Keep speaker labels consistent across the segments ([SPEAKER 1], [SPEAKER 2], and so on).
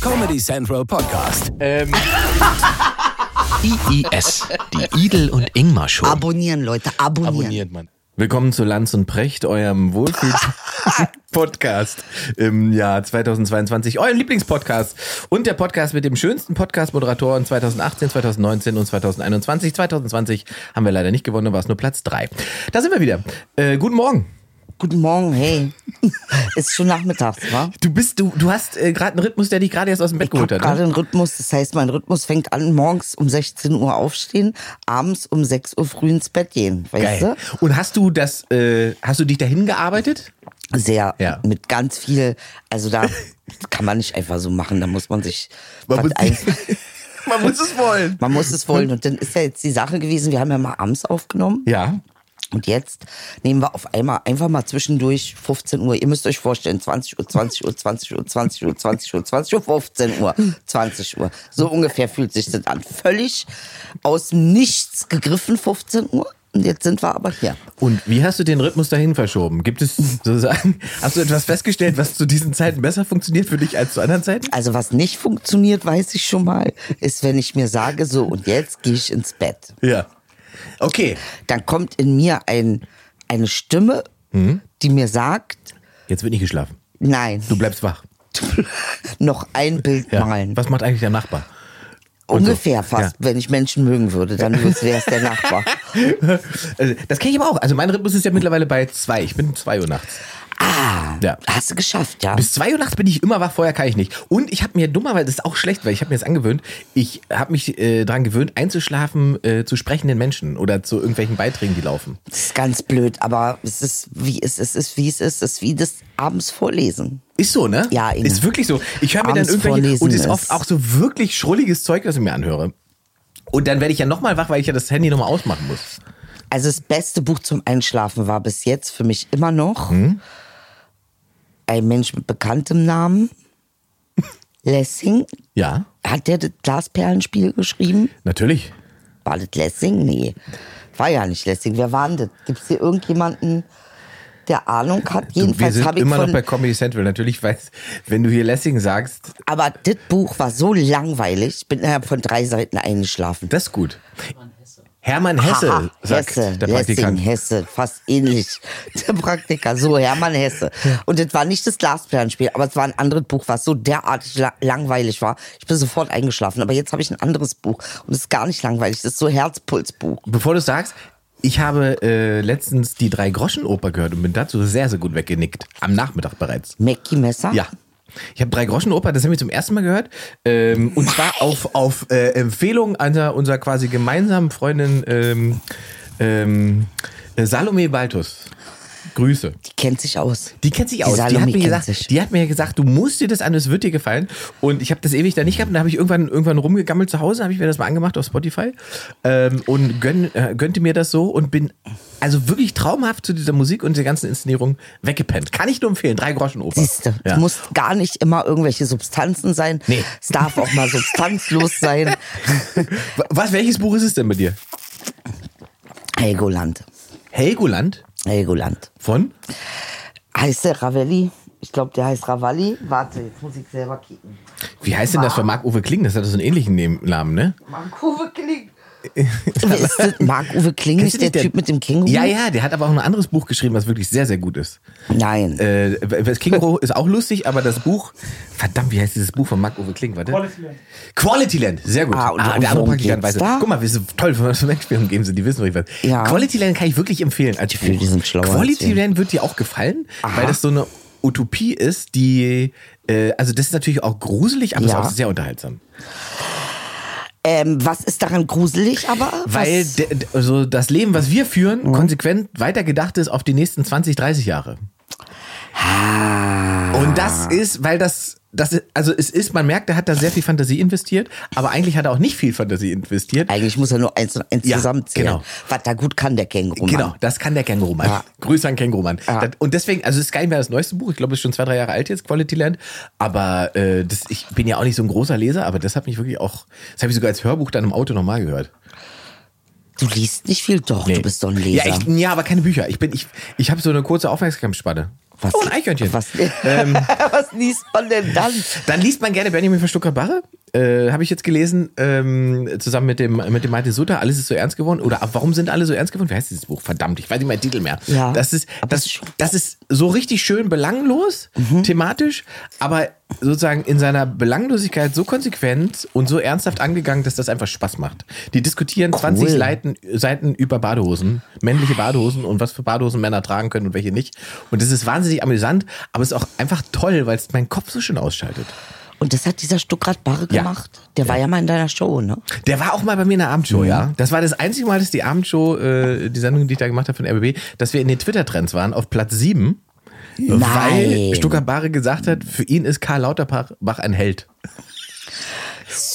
[SPEAKER 1] Comedy Central Podcast.
[SPEAKER 2] Ähm,
[SPEAKER 3] IIS, die Idel und Ingmar Show.
[SPEAKER 4] Abonnieren, Leute, abonnieren.
[SPEAKER 2] abonniert man.
[SPEAKER 5] Willkommen zu Lanz und Precht, eurem Wohlfühl-Podcast im Jahr 2022, euer Lieblingspodcast und der Podcast mit dem schönsten Podcast-Moderatoren 2018, 2019 und 2021. 2020 haben wir leider nicht gewonnen, war es nur Platz drei. Da sind wir wieder. Äh, guten Morgen.
[SPEAKER 4] Guten Morgen, hey. Ist schon nachmittags, wa?
[SPEAKER 5] Du bist, du, du hast äh, gerade einen Rhythmus, der dich gerade erst aus dem Bett
[SPEAKER 4] Ich
[SPEAKER 5] geholt
[SPEAKER 4] habe
[SPEAKER 5] hat. Ne?
[SPEAKER 4] gerade einen Rhythmus, das heißt, mein Rhythmus fängt an, morgens um 16 Uhr aufstehen, abends um 6 Uhr früh ins Bett gehen, weißt
[SPEAKER 5] Geil. Und hast du das, äh, hast du dich dahin gearbeitet?
[SPEAKER 4] du? Sehr,
[SPEAKER 5] Ja.
[SPEAKER 4] mit ganz viel, also da kann man nicht einfach so machen, da muss man sich was einfallen-
[SPEAKER 5] man muss es wollen.
[SPEAKER 4] Man muss es wollen. Und dann ist ja jetzt die Sache gewesen, wir haben ja mal abends aufgenommen.
[SPEAKER 5] Ja.
[SPEAKER 4] Und jetzt nehmen wir auf einmal einfach mal zwischendurch 15 Uhr. Ihr müsst euch vorstellen, 20 Uhr, 20 Uhr, 20 Uhr, 20 Uhr, 20 Uhr, 20 Uhr, 15 Uhr, 20 Uhr. So ungefähr fühlt sich das an. Völlig aus dem Nichts gegriffen, 15 Uhr. Und jetzt sind wir aber hier.
[SPEAKER 5] Und wie hast du den Rhythmus dahin verschoben? Gibt es sozusagen, hast du etwas festgestellt, was zu diesen Zeiten besser funktioniert für dich als zu anderen Zeiten?
[SPEAKER 4] Also was nicht funktioniert, weiß ich schon mal, ist, wenn ich mir sage, so und jetzt gehe ich ins Bett.
[SPEAKER 5] Ja. Okay.
[SPEAKER 4] Dann kommt in mir ein, eine Stimme,
[SPEAKER 5] Mhm.
[SPEAKER 4] die mir sagt,
[SPEAKER 5] Jetzt wird nicht geschlafen.
[SPEAKER 4] nein,
[SPEAKER 5] Du bleibst wach.
[SPEAKER 4] noch ein Bild
[SPEAKER 5] Ja.
[SPEAKER 4] malen.
[SPEAKER 5] Was macht eigentlich der Nachbar?
[SPEAKER 4] Ungefähr
[SPEAKER 5] so.
[SPEAKER 4] fast.
[SPEAKER 5] Ja.
[SPEAKER 4] Wenn ich Menschen mögen würde, dann wäre es der Nachbar.
[SPEAKER 5] Also, das kenne ich aber auch. Also mein Rhythmus ist ja mittlerweile bei zwei. Ich bin um zwei Uhr nachts.
[SPEAKER 4] Ah,
[SPEAKER 5] Ja.
[SPEAKER 4] hast du geschafft, ja.
[SPEAKER 5] Bis zwei Uhr nachts bin ich immer wach, vorher kann ich nicht. Und ich habe mir dummerweise, das ist auch schlecht, weil ich habe mir das angewöhnt, ich habe mich äh, daran gewöhnt, einzuschlafen äh, zu sprechenden Menschen oder zu irgendwelchen Beiträgen, die laufen.
[SPEAKER 4] Das ist ganz blöd, aber es ist wie es ist, es ist wie es ist, es ist wie das abends vorlesen.
[SPEAKER 5] Ist so, ne?
[SPEAKER 4] Ja, Inge.
[SPEAKER 5] Ist wirklich so. Ich höre mir dann
[SPEAKER 4] Abends
[SPEAKER 5] irgendwelche,
[SPEAKER 4] vorlesen
[SPEAKER 5] und es ist
[SPEAKER 4] ist-
[SPEAKER 5] oft auch so wirklich schrulliges Zeug, was ich mir anhöre. Und dann werde ich ja nochmal wach, weil ich ja das Handy nochmal ausmachen muss.
[SPEAKER 4] Also das beste Buch zum Einschlafen war bis jetzt für mich immer noch
[SPEAKER 5] Hm?
[SPEAKER 4] ein Mensch mit bekanntem Namen. Lessing.
[SPEAKER 5] Ja,
[SPEAKER 4] Hat der das Glasperlenspiel geschrieben?
[SPEAKER 5] natürlich.
[SPEAKER 4] War das Lessing? Nee. War ja nicht Lessing. Wer war denn das? Gibt es hier irgendjemanden, der Ahnung hat?
[SPEAKER 5] Du, wir
[SPEAKER 4] Jedenfalls
[SPEAKER 5] sind
[SPEAKER 4] habe ich
[SPEAKER 5] immer noch
[SPEAKER 4] von
[SPEAKER 5] bei Comedy Central. Natürlich, weiß, wenn du hier Lessing sagst,
[SPEAKER 4] Aber das Buch war so langweilig, ich bin innerhalb von drei Seiten eingeschlafen.
[SPEAKER 5] das ist gut. Hermann Hesse,
[SPEAKER 4] Haha,
[SPEAKER 5] sagt
[SPEAKER 4] Hesse,
[SPEAKER 5] der
[SPEAKER 4] Lessing,
[SPEAKER 5] Praktikant.
[SPEAKER 4] Hesse, fast ähnlich. Der Praktiker, so Hermann Hesse. Und das war nicht das Glasperlenspiel, aber es war ein anderes Buch, was so derartig la langweilig war. Ich bin sofort eingeschlafen, aber jetzt habe ich ein anderes Buch und es ist gar nicht langweilig, das ist so Herzpulsbuch.
[SPEAKER 5] Bevor du sagst, ich habe äh, letztens die Drei-Groschen-Oper gehört und bin dazu sehr, sehr gut weggenickt. Am Nachmittag bereits.
[SPEAKER 4] Mackie Messer?
[SPEAKER 5] Ja. Ich habe drei Groschen Oper, das haben wir zum ersten Mal gehört. Ähm, und zwar auf, auf äh, Empfehlung einer unserer quasi gemeinsamen Freundin ähm, ähm, äh, Salome Baltus. Grüße.
[SPEAKER 4] Die kennt sich aus.
[SPEAKER 5] Die kennt sich aus. Die,
[SPEAKER 4] Salome
[SPEAKER 5] hat mir
[SPEAKER 4] kennt
[SPEAKER 5] gesagt,
[SPEAKER 4] sich.
[SPEAKER 5] die hat mir gesagt, du musst dir das an, es wird dir gefallen. Und ich habe das ewig da nicht gehabt. Und da habe ich irgendwann, irgendwann rumgegammelt zu Hause, habe ich mir das mal angemacht auf Spotify ähm, und gönn, äh, gönnte mir das so und bin also wirklich traumhaft zu dieser Musik und der ganzen Inszenierung weggepennt. Kann ich nur empfehlen. Drei Groschen Oper.
[SPEAKER 4] Siehste,
[SPEAKER 5] Ja.
[SPEAKER 4] es muss gar nicht immer irgendwelche Substanzen sein.
[SPEAKER 5] Nee.
[SPEAKER 4] Es darf auch mal substanzlos sein.
[SPEAKER 5] Was, welches Buch ist es denn bei dir?
[SPEAKER 4] Helgoland.
[SPEAKER 5] Helgoland
[SPEAKER 4] Helgoland.
[SPEAKER 5] von?
[SPEAKER 4] Heißt der Ravelli? Ich glaube, der heißt Ravalli. Warte, jetzt muss ich selber kicken.
[SPEAKER 5] Wie heißt denn das von Marc-Uwe Kling? Das hat so einen ähnlichen Nehm- Namen, ne?
[SPEAKER 4] Marc-Uwe Kling. ist das Marc-Uwe Kling
[SPEAKER 5] Kennst du
[SPEAKER 4] nicht
[SPEAKER 5] nicht den-
[SPEAKER 4] der, Typ mit dem Känguru?
[SPEAKER 5] Ja, ja, der hat aber auch ein anderes Buch geschrieben, was wirklich sehr, sehr gut ist.
[SPEAKER 4] Nein.
[SPEAKER 5] Äh, das Känguru ist auch lustig, aber das Buch, verdammt, wie heißt dieses Buch von Marc-Uwe Kling? Warte. Qualityland. Qualityland, sehr gut.
[SPEAKER 4] Ah, und worum
[SPEAKER 5] der andere Praktikant weiß
[SPEAKER 4] geht's
[SPEAKER 5] es.
[SPEAKER 4] da?
[SPEAKER 5] Guck mal, wir sind toll, wenn wir uns Menschspiel umgeben sind, die wissen wirklich was.
[SPEAKER 4] Ja.
[SPEAKER 5] Qualityland kann ich wirklich empfehlen. Als
[SPEAKER 4] Ich fühle,
[SPEAKER 5] Buch.
[SPEAKER 4] die sind schlauer als wir.
[SPEAKER 5] Qualityland wird dir auch gefallen, weil das so eine Utopie ist, die, äh, also das ist natürlich auch gruselig, aber es
[SPEAKER 4] Ja.
[SPEAKER 5] ist auch sehr unterhaltsam.
[SPEAKER 4] Ähm, was ist daran gruselig aber?
[SPEAKER 5] Weil
[SPEAKER 4] was? Mhm.
[SPEAKER 5] de, de, also das Leben, was wir führen, konsequent weitergedacht ist auf die nächsten 20, 30 Jahre.
[SPEAKER 4] Ah.
[SPEAKER 5] Und das ist, weil das, das ist, also es ist, man merkt, er hat da sehr viel Fantasie investiert, aber eigentlich hat er auch nicht viel Fantasie investiert.
[SPEAKER 4] Eigentlich muss er nur eins und eins
[SPEAKER 5] Ja,
[SPEAKER 4] zusammenzählen.
[SPEAKER 5] genau.
[SPEAKER 4] Was da gut kann, der Känguru.
[SPEAKER 5] Genau,
[SPEAKER 4] Mann.
[SPEAKER 5] das kann der Kängurumann.
[SPEAKER 4] Ja.
[SPEAKER 5] Grüße an Kängurumann.
[SPEAKER 4] Ja.
[SPEAKER 5] Das- Und deswegen, also es ist gar nicht mehr das neueste Buch, ich glaube, es ist schon zwei, drei Jahre alt jetzt, Quality Land. Aber äh, das, ich bin ja auch nicht so ein großer Leser, aber das hat mich wirklich auch, das habe ich sogar als Hörbuch dann im Auto nochmal gehört.
[SPEAKER 4] Du liest nicht viel, doch. Du bist doch ein Leser.
[SPEAKER 5] Ja, ich, ja, aber keine Bücher. Ich bin, ich, ich habe so eine kurze Aufmerksamkeitsspanne.
[SPEAKER 4] Was,
[SPEAKER 5] Oh, ein Eichhörnchen. Ähm.
[SPEAKER 4] Was, was liest man denn dann?
[SPEAKER 5] Dann liest man gerne Benjamin von Stuttgart-Barre. Äh, Habe ich jetzt gelesen, ähm, zusammen mit dem, mit dem Martin Sutter, alles ist so ernst geworden. Oder ab warum sind alle so ernst geworden? Wie heißt dieses Buch? Verdammt, ich weiß nicht mehr den Titel mehr.
[SPEAKER 4] Ja.
[SPEAKER 5] Das, ist,
[SPEAKER 4] Aber es
[SPEAKER 5] das,
[SPEAKER 4] ist schon-
[SPEAKER 5] das ist so richtig schön belanglos, thematisch, aber sozusagen in seiner Belanglosigkeit so konsequent und so ernsthaft angegangen, dass das einfach Spaß macht. Die diskutieren 20 Seiten, Seiten über Badehosen, männliche Badehosen und was für Badehosen Männer tragen können und welche nicht. Und das ist wahnsinnig amüsant, aber es ist auch einfach toll, weil es meinen Kopf so schön ausschaltet.
[SPEAKER 4] Und das hat dieser Stuckrad Barre
[SPEAKER 5] Ja.
[SPEAKER 4] gemacht. Der war ja mal in deiner Show, ne?
[SPEAKER 5] Der war auch mal bei mir in der Abendshow, ja. Das war das einzige Mal, dass die Abendshow, äh, die Sendung, die ich da gemacht habe von RBB, dass wir in den Twitter-Trends waren, auf Platz 7. Weil Stucker Barre gesagt hat, für ihn ist Karl Lauterbach ein Held.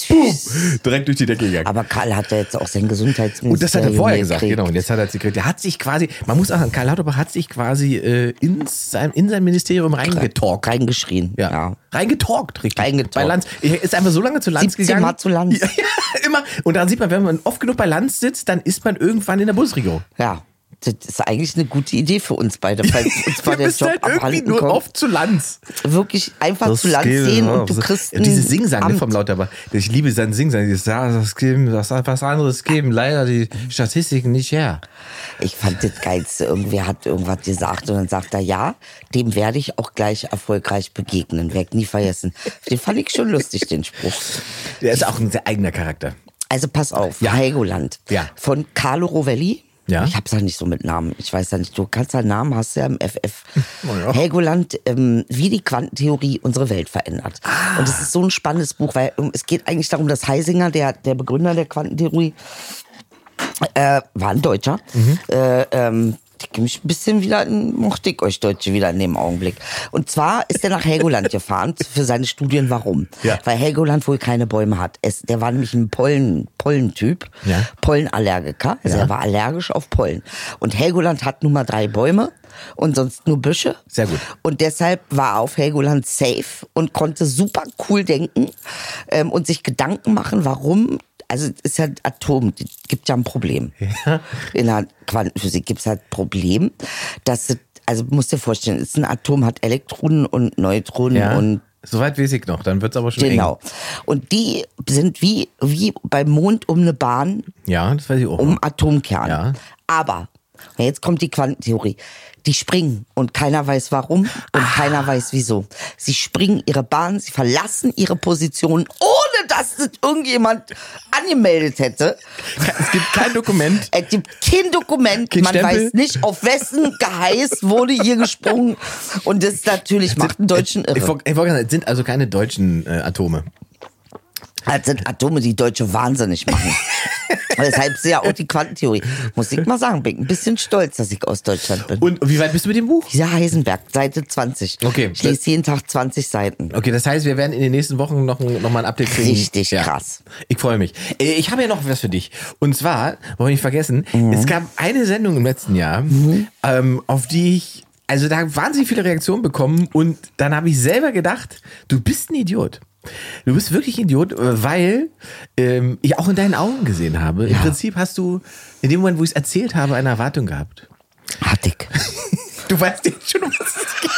[SPEAKER 5] Boom. Direkt durch die Decke gegangen.
[SPEAKER 4] Aber Karl hat ja jetzt auch sein Gesundheitsministerium
[SPEAKER 5] und das hat er vorher gesagt,
[SPEAKER 4] gekriegt.
[SPEAKER 5] genau. Und jetzt hat er als Sekretär, hat sich quasi, man muss auch sagen, Karl Lauterbach hat sich quasi äh, ins sein, in sein Ministerium reingetalkt.
[SPEAKER 4] Reingeschrien,
[SPEAKER 5] Ja.
[SPEAKER 4] ja.
[SPEAKER 5] Reingetalkt, richtig.
[SPEAKER 4] Reingetalkt.
[SPEAKER 5] Bei Lanz. Er Ist einfach so lange zu Lanz
[SPEAKER 4] 17
[SPEAKER 5] gegangen.
[SPEAKER 4] Mal zu Lanz.
[SPEAKER 5] Ja, ja, immer. Und dann sieht man, wenn man oft genug bei Lanz sitzt, dann ist man irgendwann in der Bundesregierung.
[SPEAKER 4] Ja. Das ist eigentlich eine gute Idee für uns beide, falls uns mal
[SPEAKER 5] Du
[SPEAKER 4] der
[SPEAKER 5] bist
[SPEAKER 4] Job
[SPEAKER 5] halt irgendwie
[SPEAKER 4] abhanden
[SPEAKER 5] nur
[SPEAKER 4] kommt.
[SPEAKER 5] oft zu Lanz.
[SPEAKER 4] Wirklich einfach
[SPEAKER 5] Das
[SPEAKER 4] zu Land
[SPEAKER 5] geht,
[SPEAKER 4] sehen
[SPEAKER 5] ja.
[SPEAKER 4] und du kriegst
[SPEAKER 5] ja, dieses
[SPEAKER 4] ein
[SPEAKER 5] Singsang ne,
[SPEAKER 4] Amt.
[SPEAKER 5] vom Lauterbach. Ich liebe seinen Singsang. Dieses, ja, das geben, das hat was anderes geben. Leider die Statistiken nicht her.
[SPEAKER 4] Ich fand das Geilste. Irgendwer hat irgendwas gesagt und dann sagt er, ja, dem werde ich auch gleich erfolgreich begegnen. Werd nie vergessen. Den fand ich schon lustig, den Spruch.
[SPEAKER 5] Der ist auch ein sehr eigener Charakter.
[SPEAKER 4] Also pass auf,
[SPEAKER 5] Ja.
[SPEAKER 4] Helgoland.
[SPEAKER 5] Ja.
[SPEAKER 4] Von Carlo Rovelli.
[SPEAKER 5] Ja.
[SPEAKER 4] Ich hab's ja nicht so mit Namen. Ich weiß ja nicht. Du kannst ja Namen, hast ja im FF.
[SPEAKER 5] Oh ja.
[SPEAKER 4] Helgoland, ähm, wie die Quantentheorie unsere Welt verändert.
[SPEAKER 5] Ah.
[SPEAKER 4] Und es ist so ein spannendes Buch, weil ähm, es geht eigentlich darum, dass Heisinger, der, der Begründer der Quantentheorie, äh, war ein Deutscher.
[SPEAKER 5] Mhm.
[SPEAKER 4] Äh, ähm, ich geh mich ein bisschen wieder, in- mochte ich euch Deutsche wieder in dem Augenblick. Und zwar ist er nach Helgoland gefahren für seine Studien. Warum?
[SPEAKER 5] Ja.
[SPEAKER 4] Weil Helgoland wohl keine Bäume hat. Es, der war nämlich ein Pollen, Pollentyp,
[SPEAKER 5] Ja.
[SPEAKER 4] Pollenallergiker. Also
[SPEAKER 5] Ja.
[SPEAKER 4] er war allergisch auf Pollen. Und Helgoland hat nun mal drei Bäume und sonst nur Büsche.
[SPEAKER 5] Sehr gut.
[SPEAKER 4] Und deshalb war er auf Helgoland safe und konnte super cool denken ähm, und sich Gedanken machen, warum. Also es ist ja ein Atom, es gibt ja ein Problem. In der Quantenphysik gibt es halt ein Problem, dass es, also musst dir vorstellen, es ist ein Atom hat Elektronen und Neutronen
[SPEAKER 5] Ja.
[SPEAKER 4] und
[SPEAKER 5] Soweit weiß ich noch. Dann wird's aber schon
[SPEAKER 4] genau. Und die sind wie wie beim Mond um eine Bahn
[SPEAKER 5] eng. Ja, das weiß ich auch.
[SPEAKER 4] um
[SPEAKER 5] noch.
[SPEAKER 4] Atomkern.
[SPEAKER 5] Ja.
[SPEAKER 4] Aber, ja, jetzt kommt die Quantentheorie. Die springen und keiner weiß warum und
[SPEAKER 5] Ah.
[SPEAKER 4] keiner weiß wieso. Sie springen ihre Bahn, sie verlassen ihre Position, ohne dass es irgendjemand angemeldet hätte.
[SPEAKER 5] es gibt kein Dokument.
[SPEAKER 4] Es gibt kein Dokument,
[SPEAKER 5] Kein
[SPEAKER 4] man
[SPEAKER 5] Stempel.
[SPEAKER 4] weiß nicht, auf wessen Geheiß wurde hier gesprungen. Und das natürlich macht einen Deutschen
[SPEAKER 5] äh, Ich
[SPEAKER 4] irre.
[SPEAKER 5] wollt- ich wollt grad sagen, es sind also keine deutschen äh, Atome.
[SPEAKER 4] Das sind Atome, die Deutsche wahnsinnig machen. Deshalb sehr auch die Quantentheorie. Muss ich mal sagen, bin ein bisschen stolz, dass ich aus Deutschland bin.
[SPEAKER 5] Und wie weit bist du mit dem Buch?
[SPEAKER 4] Lisa Heisenberg, Seite 20.
[SPEAKER 5] Okay.
[SPEAKER 4] Ich lese jeden Tag 20 Seiten.
[SPEAKER 5] Okay, das heißt, wir werden in den nächsten Wochen noch, ein- noch mal ein Update kriegen.
[SPEAKER 4] Richtig krass.
[SPEAKER 5] Ich freue mich. Äh, Ich habe ja noch was für dich. Und zwar, wollen wir nicht vergessen,
[SPEAKER 4] Mhm.
[SPEAKER 5] es gab eine Sendung im letzten Jahr, ähm, auf die ich, also da wahnsinnig viele Reaktionen bekommen und dann habe ich selber gedacht, du bist ein Idiot. Du bist wirklich ein Idiot, äh, weil ähm, ich auch in deinen Augen gesehen habe. Im Prinzip hast du in dem Moment, wo ich es erzählt habe, eine Erwartung gehabt.
[SPEAKER 4] Hattig.
[SPEAKER 5] Du weißt jetzt schon, um was es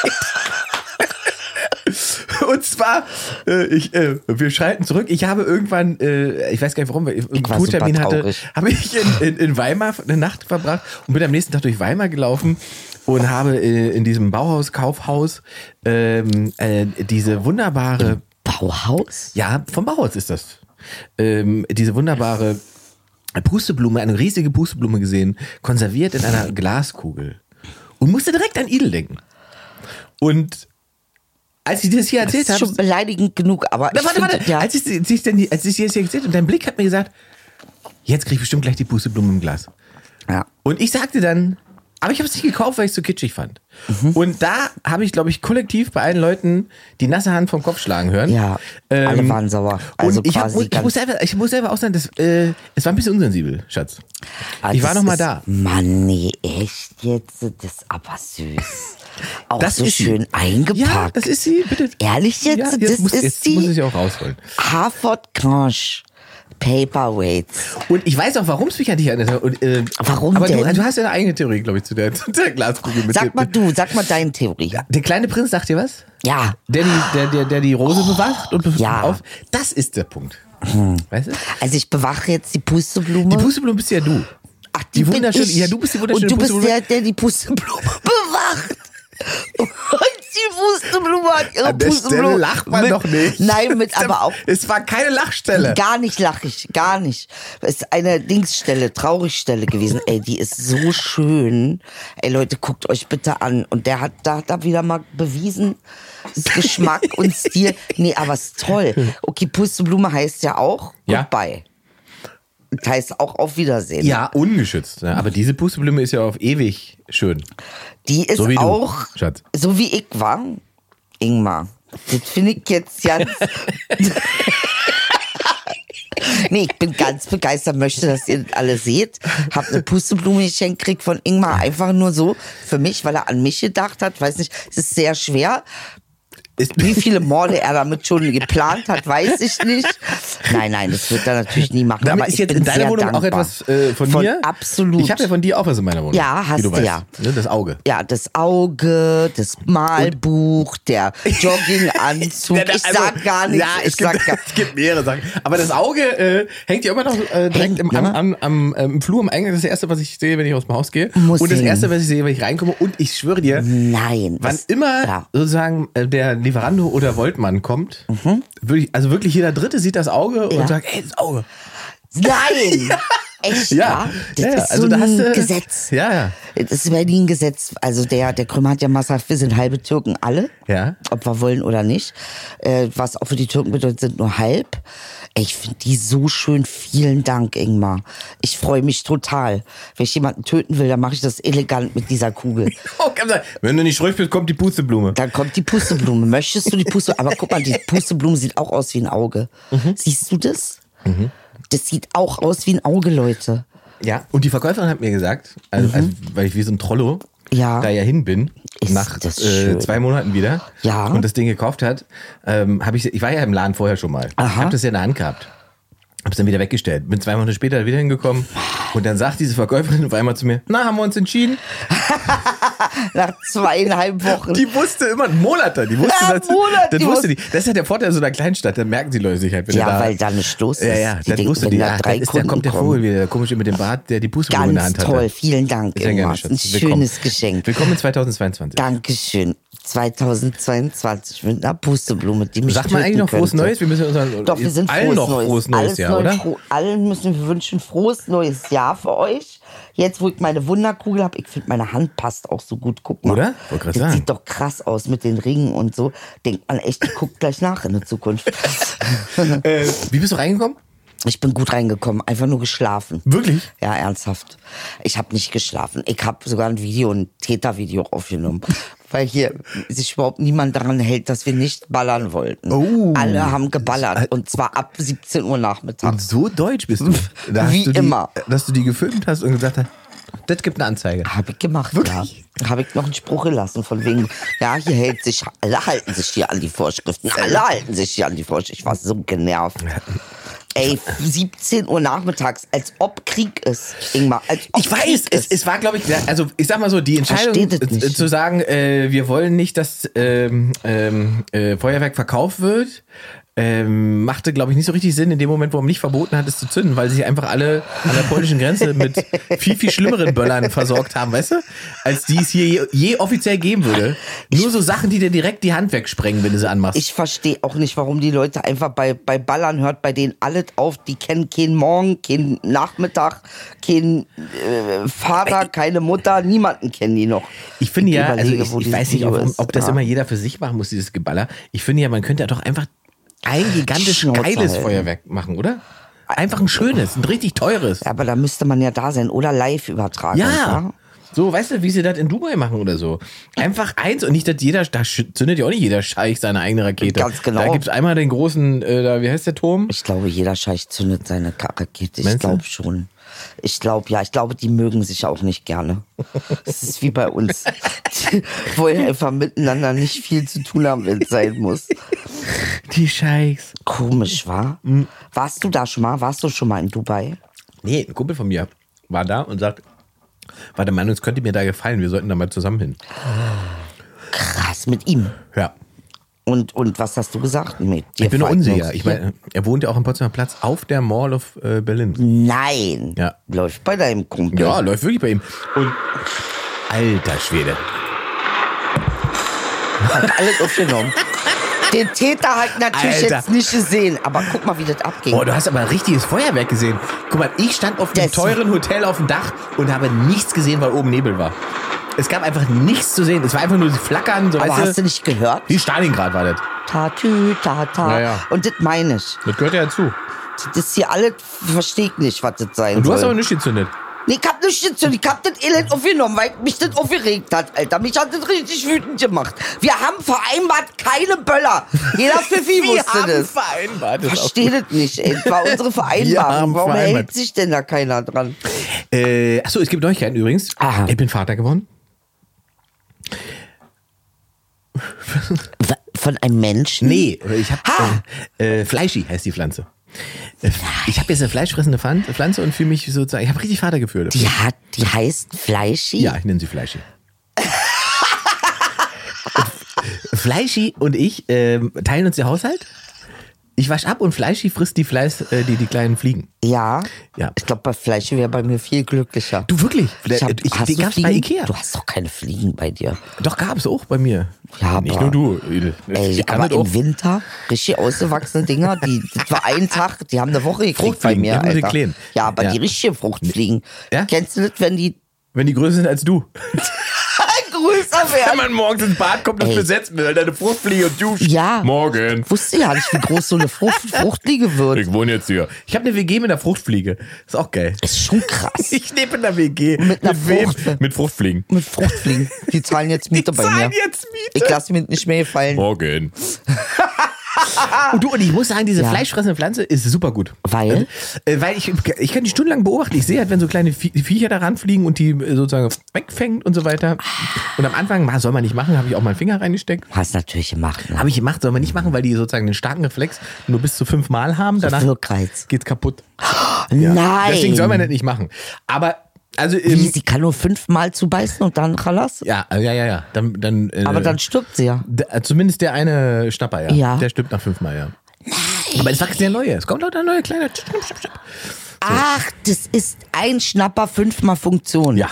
[SPEAKER 5] geht. Und zwar, äh, ich, äh, wir schreiten zurück. Ich habe irgendwann, äh, ich weiß gar nicht warum, weil ich einen
[SPEAKER 4] war
[SPEAKER 5] Kurtermin
[SPEAKER 4] super
[SPEAKER 5] hatte,
[SPEAKER 4] traurig.
[SPEAKER 5] habe ich in, in, in Weimar eine Nacht verbracht und bin am nächsten Tag durch Weimar gelaufen und habe äh, in diesem Bauhaus, Kaufhaus, ähm, äh, diese wunderbare,
[SPEAKER 4] Bauhaus?
[SPEAKER 5] ja, vom Bauhaus ist das, ähm, diese wunderbare Pusteblume, eine riesige Pusteblume gesehen, konserviert in einer Glaskugel. Und musste direkt an Idel denken. Und als ich dir das hier erzählt
[SPEAKER 4] Das ist
[SPEAKER 5] habe.
[SPEAKER 4] schon beleidigend genug, aber
[SPEAKER 5] Na,
[SPEAKER 4] ich
[SPEAKER 5] warte,
[SPEAKER 4] find,
[SPEAKER 5] warte.
[SPEAKER 4] Ja,
[SPEAKER 5] Als, ich, sie- sie- denn- als ich dir das hier erzählt habe, und dein Blick hat mir gesagt, jetzt kriege ich bestimmt gleich die Pusteblume im Glas.
[SPEAKER 4] ja.
[SPEAKER 5] Und ich sagte dann, aber ich habe es nicht gekauft, weil ich es zu kitschig fand.
[SPEAKER 4] Mhm.
[SPEAKER 5] Und da habe ich, glaube ich, kollektiv bei allen Leuten die nasse Hand vom Kopf schlagen hören.
[SPEAKER 4] Ja, alle waren sauer. Also
[SPEAKER 5] Ähm, und ich, hab,
[SPEAKER 4] quasi
[SPEAKER 5] ich, muss
[SPEAKER 4] ganz-
[SPEAKER 5] selber, ich muss selber auch sagen, das, äh, es war ein bisschen unsensibel, Schatz.
[SPEAKER 4] Ah,
[SPEAKER 5] ich war
[SPEAKER 4] das
[SPEAKER 5] noch mal
[SPEAKER 4] ist-
[SPEAKER 5] da.
[SPEAKER 4] Mann, nee, echt jetzt? Das ist aber süß. Auch
[SPEAKER 5] Das
[SPEAKER 4] Oh, so
[SPEAKER 5] ist sie.
[SPEAKER 4] schön eingepackt.
[SPEAKER 5] Ja, das ist sie, bitte.
[SPEAKER 4] Ehrlich jetzt?
[SPEAKER 5] Ja,
[SPEAKER 4] das
[SPEAKER 5] muss,
[SPEAKER 4] ist
[SPEAKER 5] jetzt
[SPEAKER 4] die
[SPEAKER 5] muss ich sie auch rausholen.
[SPEAKER 4] Harvard Grange. Paperweights.
[SPEAKER 5] Und ich weiß auch, warum es mich an dich erinnert hat. Und, äh,
[SPEAKER 4] Warum
[SPEAKER 5] aber
[SPEAKER 4] denn?
[SPEAKER 5] Du, du hast ja eine eigene Theorie, glaube ich, zu der, zu der Glaskugel. Mit
[SPEAKER 4] Sag
[SPEAKER 5] dem-
[SPEAKER 4] mal du, sag mal deine Theorie. Ja.
[SPEAKER 5] Der kleine Prinz, sagt dir was?
[SPEAKER 4] ja.
[SPEAKER 5] Der, die- der, der, der die Rose bewacht und be-
[SPEAKER 4] Oh, ja.
[SPEAKER 5] auf. Das ist der Punkt. Weißt du?
[SPEAKER 4] Also ich bewache jetzt die Pusteblume.
[SPEAKER 5] Die Pusteblume bist ja du.
[SPEAKER 4] Ach,
[SPEAKER 5] die
[SPEAKER 4] bin
[SPEAKER 5] wunderschöne-
[SPEAKER 4] ich.
[SPEAKER 5] ja, du bist die wunderschöne
[SPEAKER 4] Und du bist
[SPEAKER 5] Pusteblume.
[SPEAKER 4] der, der die Pusteblume bewacht. Und die Pusteblume hat ihre
[SPEAKER 5] An der
[SPEAKER 4] Pusteblume.
[SPEAKER 5] Stelle lacht man
[SPEAKER 4] mit,
[SPEAKER 5] doch nicht.
[SPEAKER 4] Nein, mit aber auch.
[SPEAKER 5] Es war keine Lachstelle.
[SPEAKER 4] Gar nicht lachig, gar nicht. Es ist eine Dingsstelle, Traurigstelle gewesen. Ey, die ist so schön. Ey, Leute, guckt euch bitte an. Und der hat da, da wieder mal bewiesen, das Geschmack und Stil. Nee, aber ist toll. Okay, Pusteblume heißt ja auch
[SPEAKER 5] Hm. Ja.
[SPEAKER 4] Goodbye. Das heißt auch auf Wiedersehen.
[SPEAKER 5] Ja, ungeschützt. Ne? Aber diese Pusteblume ist ja auf ewig schön.
[SPEAKER 4] Die ist
[SPEAKER 5] So wie du,
[SPEAKER 4] auch,
[SPEAKER 5] Schatz.
[SPEAKER 4] so wie ich war, Ingmar. Das finde ich jetzt ganz. nee, ich bin ganz begeistert, möchte, dass ihr das alle seht. Hab eine Pusteblume geschenkt gekriegt von Ingmar. Einfach nur so für mich, weil er an mich gedacht hat. Weiß nicht, es ist sehr schwer.
[SPEAKER 5] Ist,
[SPEAKER 4] Wie viele Morde er damit schon geplant hat, weiß ich nicht. Nein, nein, das wird er natürlich nie machen.
[SPEAKER 5] damit
[SPEAKER 4] aber
[SPEAKER 5] ist
[SPEAKER 4] ich
[SPEAKER 5] jetzt
[SPEAKER 4] bin
[SPEAKER 5] in deiner
[SPEAKER 4] sehr
[SPEAKER 5] Wohnung auch
[SPEAKER 4] dankbar.
[SPEAKER 5] etwas äh, von, mir.
[SPEAKER 4] Absolut.
[SPEAKER 5] Ich habe ja von dir auch was in meiner Wohnung.
[SPEAKER 4] Ja,
[SPEAKER 5] wie
[SPEAKER 4] hast
[SPEAKER 5] du
[SPEAKER 4] du
[SPEAKER 5] weißt.
[SPEAKER 4] ja.
[SPEAKER 5] Ne? Das Auge.
[SPEAKER 4] Ja, das Auge, das Malbuch, der Jogginganzug.
[SPEAKER 5] Ja, da-
[SPEAKER 4] ich sag
[SPEAKER 5] also,
[SPEAKER 4] gar nichts.
[SPEAKER 5] Ja, es,
[SPEAKER 4] ich sag
[SPEAKER 5] gibt,
[SPEAKER 4] gar
[SPEAKER 5] es gibt mehrere Sachen. Aber das Auge äh, hängt ja immer noch äh, direkt
[SPEAKER 4] Hängt,
[SPEAKER 5] im, am,
[SPEAKER 4] ne?
[SPEAKER 5] am, am, äh, im Flur, am Eingang. Das ist das Erste, was ich sehe, wenn ich aus dem Haus gehe.
[SPEAKER 4] Muss
[SPEAKER 5] und das
[SPEAKER 4] hin.
[SPEAKER 5] Erste, was ich sehe, wenn ich reinkomme. Und ich schwöre dir,
[SPEAKER 4] Nein.
[SPEAKER 5] wann
[SPEAKER 4] das-
[SPEAKER 5] immer
[SPEAKER 4] Ja.
[SPEAKER 5] sozusagen äh, der Lieferando oder Voltmann kommt, wirklich- also wirklich jeder Dritte sieht das Auge
[SPEAKER 4] Mhm. Ja.
[SPEAKER 5] und sagt, ey, das Auge.
[SPEAKER 4] Nein! Echt?
[SPEAKER 5] Ja,
[SPEAKER 4] Ja. Das
[SPEAKER 5] ja, ja. also
[SPEAKER 4] ist so
[SPEAKER 5] da hast
[SPEAKER 4] ein
[SPEAKER 5] du-
[SPEAKER 4] Gesetz.
[SPEAKER 5] Ja, ja.
[SPEAKER 4] Das ist in Berlin ein Gesetz. Also der, der Krümmer hat ja masshaft, wir sind halbe Türken alle.
[SPEAKER 5] Ja.
[SPEAKER 4] Ob wir wollen oder nicht. Äh, was auch für die Türken bedeutet, sind nur halb. Ey, Ich finde die so schön. Vielen Dank, Ingmar. Ich freue mich total. Wenn ich jemanden töten will, dann mache ich das elegant mit dieser Kugel.
[SPEAKER 5] Oh, kann sein. Wenn du nicht ruhig bist, kommt die Pusteblume.
[SPEAKER 4] Dann kommt die Pusteblume. Möchtest du die Pusteblume? Aber guck mal, die Pusteblume sieht auch aus wie ein Auge.
[SPEAKER 5] Mhm.
[SPEAKER 4] Siehst du das? Das sieht auch aus wie ein Auge, Leute.
[SPEAKER 5] Ja. Und die Verkäuferin hat mir gesagt, also, also, weil ich wie so ein Trollo
[SPEAKER 4] Ja.
[SPEAKER 5] da ja hin bin,
[SPEAKER 4] Ist
[SPEAKER 5] nach
[SPEAKER 4] das
[SPEAKER 5] äh,
[SPEAKER 4] schön.
[SPEAKER 5] zwei Monaten wieder
[SPEAKER 4] Ja.
[SPEAKER 5] und das Ding gekauft hat, ähm, habe ich, ich war ja im Laden vorher schon mal. Ich
[SPEAKER 4] Aha.
[SPEAKER 5] habe das ja in der Hand gehabt. Hab's dann wieder weggestellt. Bin zwei Monate später wieder hingekommen und dann sagt diese Verkäuferin auf einmal zu mir, na, haben wir uns entschieden?
[SPEAKER 4] Nach zweieinhalb Wochen.
[SPEAKER 5] Die wusste immer einen Monat da. Die wusste,
[SPEAKER 4] Ja,
[SPEAKER 5] das,
[SPEAKER 4] Monat,
[SPEAKER 5] das
[SPEAKER 4] die
[SPEAKER 5] wusste
[SPEAKER 4] wusste-
[SPEAKER 5] die. Das ist ja der Vorteil so einer Kleinstadt, da merken die Leute sich halt, wenn
[SPEAKER 4] ja,
[SPEAKER 5] du da
[SPEAKER 4] weil da eine Stoß ist.
[SPEAKER 5] ja, ja,
[SPEAKER 4] die
[SPEAKER 5] dann
[SPEAKER 4] denken,
[SPEAKER 5] wusste
[SPEAKER 4] wenn
[SPEAKER 5] die,
[SPEAKER 4] da
[SPEAKER 5] ah,
[SPEAKER 4] drei
[SPEAKER 5] da ist, da
[SPEAKER 4] Kunden
[SPEAKER 5] kommt der
[SPEAKER 4] kommen.
[SPEAKER 5] Vogel wieder, der komische mit dem Bart, der die Pusteblume in der
[SPEAKER 4] Ganz
[SPEAKER 5] Hand hat.
[SPEAKER 4] toll, vielen Dank,
[SPEAKER 5] Sehr
[SPEAKER 4] Ingmar.
[SPEAKER 5] gerne,
[SPEAKER 4] Ein
[SPEAKER 5] Schatz.
[SPEAKER 4] schönes
[SPEAKER 5] Willkommen.
[SPEAKER 4] Geschenk.
[SPEAKER 5] Willkommen 2022.
[SPEAKER 4] Dankeschön. 2022 mit einer Pusteblume, die mich
[SPEAKER 5] Sagt man
[SPEAKER 4] töten
[SPEAKER 5] eigentlich noch frohes
[SPEAKER 4] könnte.
[SPEAKER 5] Neues? Wir müssen unseren,
[SPEAKER 4] Doch, wir sind
[SPEAKER 5] allen
[SPEAKER 4] frohes
[SPEAKER 5] noch
[SPEAKER 4] Neues.
[SPEAKER 5] frohes Neues,
[SPEAKER 4] Alles
[SPEAKER 5] ja,
[SPEAKER 4] neu,
[SPEAKER 5] oder?
[SPEAKER 4] froh- allen müssen wir wünschen frohes neues Jahr für euch. Jetzt, wo ich meine Wunderkugel habe, ich finde, meine Hand passt auch so gut. Guck mal.
[SPEAKER 5] Oder? Wollte grad
[SPEAKER 4] Das
[SPEAKER 5] sagen.
[SPEAKER 4] sieht doch krass aus mit den Ringen und so. Denkt man echt, ich guck gleich nach in der Zukunft.
[SPEAKER 5] Äh, wie bist du reingekommen?
[SPEAKER 4] ich bin gut reingekommen, einfach nur geschlafen.
[SPEAKER 5] Wirklich?
[SPEAKER 4] Ja, ernsthaft. Ich habe nicht geschlafen. Ich habe sogar ein Video, ein Tätervideo aufgenommen, weil hier sich überhaupt niemand daran hält, dass wir nicht ballern wollten.
[SPEAKER 5] Oh. halt
[SPEAKER 4] Alle haben geballert und zwar ab 17 Uhr
[SPEAKER 5] Und
[SPEAKER 4] nachmittags.
[SPEAKER 5] so deutsch bist du. Da hast
[SPEAKER 4] Wie
[SPEAKER 5] du die,
[SPEAKER 4] immer.
[SPEAKER 5] Dass du die gefilmt hast und gesagt hast, das gibt eine Anzeige.
[SPEAKER 4] Habe ich gemacht,
[SPEAKER 5] Wirklich?
[SPEAKER 4] ja. Habe ich noch einen Spruch gelassen von wegen, ja, hier hält sich, alle halten sich hier an die Vorschriften, alle halten sich hier an die Vorschriften. Ich war so genervt. Ey, 17 Uhr nachmittags, als ob Krieg ist, Ingmar. Als ob
[SPEAKER 5] Ich weiß,
[SPEAKER 4] Krieg
[SPEAKER 5] es, es war, glaube ich, also ich sag mal so, die Entscheidung
[SPEAKER 4] Versteht es
[SPEAKER 5] äh,
[SPEAKER 4] nicht.
[SPEAKER 5] zu sagen, äh, wir wollen nicht, dass ähm, ähm, äh, Feuerwerk verkauft wird, ähm, machte, glaube ich, nicht so richtig Sinn in dem Moment, wo man nicht verboten hat, es zu zünden, weil sich einfach alle an der polnischen Grenze mit viel, viel schlimmeren Böllern versorgt haben, weißt du? Als die es hier je, je offiziell geben würde. Nur so Sachen, die dir direkt die Hand wegsprengen, wenn du sie anmachst.
[SPEAKER 4] Ich verstehe auch nicht, warum die Leute einfach bei, bei Ballern hört, bei denen alles auf. Die kennen keinen Morgen, keinen Nachmittag, keinen äh, Vater, keine Mutter, niemanden kennen die noch.
[SPEAKER 5] Ich finde ja, also
[SPEAKER 4] überlege,
[SPEAKER 5] ich,
[SPEAKER 4] wo
[SPEAKER 5] ich
[SPEAKER 4] dieses
[SPEAKER 5] weiß nicht,
[SPEAKER 4] Video
[SPEAKER 5] ob,
[SPEAKER 4] ist.
[SPEAKER 5] ob das
[SPEAKER 4] Ja.
[SPEAKER 5] immer jeder für sich machen muss, dieses Geballer. Ich finde ja, man könnte ja doch einfach ein gigantisch
[SPEAKER 4] Schnauze
[SPEAKER 5] geiles
[SPEAKER 4] halten.
[SPEAKER 5] Feuerwerk machen, oder? Einfach ein schönes, ein richtig teures.
[SPEAKER 4] Aber da müsste man ja da sein oder live übertragen.
[SPEAKER 5] Ja.
[SPEAKER 4] oder?
[SPEAKER 5] So, weißt du, wie sie das in Dubai machen oder so. Einfach eins und nicht, dass jeder, da sch- zündet ja auch nicht jeder Scheich seine eigene Rakete.
[SPEAKER 4] Ganz genau.
[SPEAKER 5] Da gibt's einmal den großen, äh, da, wie heißt der Turm?
[SPEAKER 4] Ich glaube, jeder Scheich zündet seine Ka- Rakete. Ich
[SPEAKER 5] Meinst du?
[SPEAKER 4] glaube schon. Ich glaube, ja. Ich glaube, die mögen sich auch nicht gerne. Es ist wie bei uns. Die wollen einfach miteinander nicht viel zu tun haben, wenn es sein muss.
[SPEAKER 5] Die Scheichs.
[SPEAKER 4] Komisch, war?
[SPEAKER 5] Hm.
[SPEAKER 4] Warst du da schon mal? Warst du schon mal in Dubai?
[SPEAKER 5] Nee, ein Kumpel von mir war da und sagt, warte Mann, es könnte mir da gefallen, wir sollten da mal zusammen hin.
[SPEAKER 4] Krass, mit ihm.
[SPEAKER 5] Ja.
[SPEAKER 4] Und, und was hast du gesagt? Nee, dir
[SPEAKER 5] Ich bin
[SPEAKER 4] fällt
[SPEAKER 5] unsicher.
[SPEAKER 4] nichts.
[SPEAKER 5] Ich meine, er wohnt ja auch am Potsdamer Platz auf der Mall of äh, Berlin.
[SPEAKER 4] Nein.
[SPEAKER 5] Ja.
[SPEAKER 4] Läuft bei deinem Kumpel.
[SPEAKER 5] Ja, läuft wirklich bei ihm. Und alter Schwede.
[SPEAKER 4] Hat alles aufgenommen. Den Täter hat natürlich
[SPEAKER 5] Alter.
[SPEAKER 4] jetzt nicht gesehen, aber guck mal, wie das abging.
[SPEAKER 5] Boah, du hast aber ein richtiges Feuerwerk gesehen. Guck mal, ich stand auf dem
[SPEAKER 4] Das-
[SPEAKER 5] teuren Hotel auf dem Dach und habe nichts gesehen, weil oben Nebel war. Es gab einfach nichts zu sehen. Es war einfach nur das Flackern, so
[SPEAKER 4] aber
[SPEAKER 5] weißt
[SPEAKER 4] hast du nicht gehört?
[SPEAKER 5] Wie Stalingrad war das.
[SPEAKER 4] Tatü,
[SPEAKER 5] Ja,
[SPEAKER 4] tata.
[SPEAKER 5] ja.
[SPEAKER 4] Und das meine ich.
[SPEAKER 5] Das gehört ja dazu.
[SPEAKER 4] Das ist hier alles, verstehe ich nicht, was das sein
[SPEAKER 5] Und du
[SPEAKER 4] soll.
[SPEAKER 5] hast aber nichts gezündet.
[SPEAKER 4] nee, ich hab nichts gezündet. Ich hab das Elend aufgenommen, weil mich das aufgeregt hat, Alter. Mich hat das richtig wütend gemacht. Wir haben vereinbart keine Böller. Jeder Pfiffi wusste das.
[SPEAKER 5] vereinbart. das auch.
[SPEAKER 4] Verstehe das nicht, ey. Das war unsere
[SPEAKER 5] Wir haben
[SPEAKER 4] Vereinbarung. Warum
[SPEAKER 5] vereinbart.
[SPEAKER 4] hält sich denn da keiner dran?
[SPEAKER 5] Äh, achso, es gibt Neuigkeiten übrigens.
[SPEAKER 4] Aha.
[SPEAKER 5] Ich bin Vater geworden.
[SPEAKER 4] Von einem Menschen?
[SPEAKER 5] Nee, ich hab,
[SPEAKER 4] Ha!
[SPEAKER 5] äh, äh, Fleischi heißt die Pflanze. Äh, Ich habe jetzt eine fleischfressende Pflan- Pflanze und fühle mich sozusagen, ich habe richtig Vatergefühle.
[SPEAKER 4] Die hat, die heißt Fleischi?
[SPEAKER 5] Ja, ich nenne sie Fleischi. Fleischi und ich ähm, teilen uns den Haushalt. Ich wasch ab und Fleischi frisst die, Fleiß, äh, die, die kleinen Fliegen.
[SPEAKER 4] Ja.
[SPEAKER 5] Ja.
[SPEAKER 4] Ich glaube, bei Fleischi wäre bei mir viel glücklicher.
[SPEAKER 5] Du wirklich?
[SPEAKER 4] ich hab,
[SPEAKER 5] ich,
[SPEAKER 4] hast
[SPEAKER 5] den
[SPEAKER 4] du
[SPEAKER 5] gab's
[SPEAKER 4] Fliegen?
[SPEAKER 5] bei Ikea.
[SPEAKER 4] Du hast doch keine Fliegen bei dir.
[SPEAKER 5] Doch gab's auch bei mir.
[SPEAKER 4] Ja,
[SPEAKER 5] Nicht
[SPEAKER 4] aber-
[SPEAKER 5] nur du. Edel.
[SPEAKER 4] Ey,
[SPEAKER 5] Ich kann
[SPEAKER 4] aber
[SPEAKER 5] das halt auch.
[SPEAKER 4] im Winter richtig ausgewachsene Dinger, die das war ein Tag, die haben eine Woche gekriegt bei
[SPEAKER 5] Fruchtfliegen,
[SPEAKER 4] mir,
[SPEAKER 5] ja, nur die
[SPEAKER 4] Alter.
[SPEAKER 5] kleinen.
[SPEAKER 4] Ja, aber
[SPEAKER 5] Ja.
[SPEAKER 4] die richtigen Fruchtfliegen.
[SPEAKER 5] Ja?
[SPEAKER 4] Kennst du das, wenn die
[SPEAKER 5] Wenn die größer sind als du.
[SPEAKER 4] größer
[SPEAKER 5] Wenn
[SPEAKER 4] werden?
[SPEAKER 5] man morgens ins Bad kommt und
[SPEAKER 4] Ey.
[SPEAKER 5] besetzt wird, deine Fruchtfliege und du.
[SPEAKER 4] Ja.
[SPEAKER 5] Morgen.
[SPEAKER 4] Ich wusste ja nicht, wie groß so eine Frucht, Fruchtfliege wird.
[SPEAKER 5] Ich wohne jetzt hier. Ich habe eine WG mit einer Fruchtfliege. Ist auch geil.
[SPEAKER 4] Ist schon krass.
[SPEAKER 5] Ich lebe in der WG.
[SPEAKER 4] Mit einer
[SPEAKER 5] wem?
[SPEAKER 4] Frucht-
[SPEAKER 5] Mit Fruchtfliegen.
[SPEAKER 4] Mit Fruchtfliegen. Die zahlen jetzt Miete bei mir.
[SPEAKER 5] Zahlen jetzt Miete.
[SPEAKER 4] Ich lasse mir das nicht mehr gefallen.
[SPEAKER 5] Morgen. und du, und ich muss sagen, diese
[SPEAKER 4] Ja.
[SPEAKER 5] fleischfressende Pflanze ist super gut.
[SPEAKER 4] Weil?
[SPEAKER 5] Äh, weil ich, ich kann die stundenlang beobachten. Ich sehe halt, wenn so kleine Vie- Viecher da ranfliegen und die äh, sozusagen wegfängt und so weiter. Und am Anfang, ma, soll man nicht machen, habe ich auch meinen Finger reingesteckt.
[SPEAKER 4] Hast natürlich gemacht. Ne?
[SPEAKER 5] Habe ich gemacht, soll man nicht machen, weil die sozusagen einen starken Reflex nur bis zu fünfmal haben. Danach
[SPEAKER 4] Wirkreiz.
[SPEAKER 5] geht's kaputt.
[SPEAKER 4] Nein.
[SPEAKER 5] Deswegen soll man das nicht machen. Aber, also,
[SPEAKER 4] Wie,
[SPEAKER 5] ähm,
[SPEAKER 4] sie kann nur fünfmal zubeißen und dann Chalas.
[SPEAKER 5] ja, ja, ja, ja. Dann, dann, äh,
[SPEAKER 4] Aber dann stirbt sie ja.
[SPEAKER 5] D- äh, zumindest der eine Schnapper, ja.
[SPEAKER 4] Ja.
[SPEAKER 5] Der stirbt nach fünfmal, ja. Aber es wächst der neue. Es kommt lauter neue kleine. Tsch, tsch, tsch, tsch.
[SPEAKER 4] Ach, das ist ein Schnapper fünfmal Funktion.
[SPEAKER 5] Ja,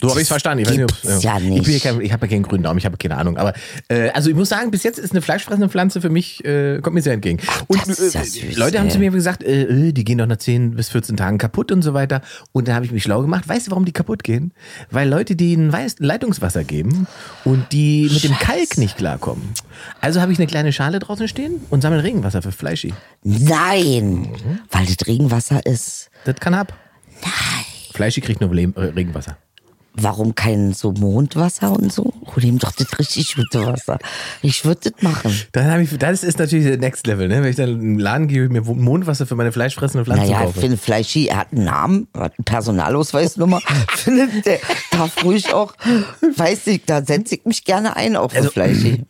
[SPEAKER 5] so habe ich es verstanden. Ich, weiß nicht, ob's-
[SPEAKER 4] Gibt's ja
[SPEAKER 5] ich, bin ja
[SPEAKER 4] nicht.
[SPEAKER 5] kein, ich habe ja keinen grünen Daumen, ich habe keine Ahnung. Aber äh, also ich muss sagen, bis jetzt ist eine fleischfressende Pflanze für mich, äh, kommt mir sehr entgegen. Und
[SPEAKER 4] das ist ja
[SPEAKER 5] äh,
[SPEAKER 4] süß,
[SPEAKER 5] Leute haben
[SPEAKER 4] ey.
[SPEAKER 5] zu mir gesagt, äh, äh, die gehen doch nach 10 bis 14 Tagen kaputt und so weiter. Und da habe ich mich schlau gemacht. Weißt du, warum die kaputt gehen? Weil Leute denen Weiß Leitungswasser geben und die mit dem Kalk nicht klarkommen. Also habe ich eine kleine Schale draußen stehen und sammle Regenwasser für Fleischi.
[SPEAKER 4] Nein,
[SPEAKER 5] Mhm.
[SPEAKER 4] weil das Regenwasser ist.
[SPEAKER 5] Das kann ab. Nein. Fleischi kriegt nur Lehm- äh, Regenwasser.
[SPEAKER 4] Warum kein so Mondwasser und so? Hol ihm doch das richtig gute Wasser. Ich würde das machen.
[SPEAKER 5] Dann hab ich, das ist natürlich der Next Level, ne? Wenn ich dann in den Laden gehe, mir Mondwasser für meine fleischfressende Pflanze
[SPEAKER 4] Naja, ich
[SPEAKER 5] kaufe.
[SPEAKER 4] finde Fleischi, er hat einen Namen, er hat eine Personalausweisnummer. Findet der darf ruhig auch, weiß ich, da setze ich mich gerne ein, auch für
[SPEAKER 5] Also,
[SPEAKER 4] Fleischi.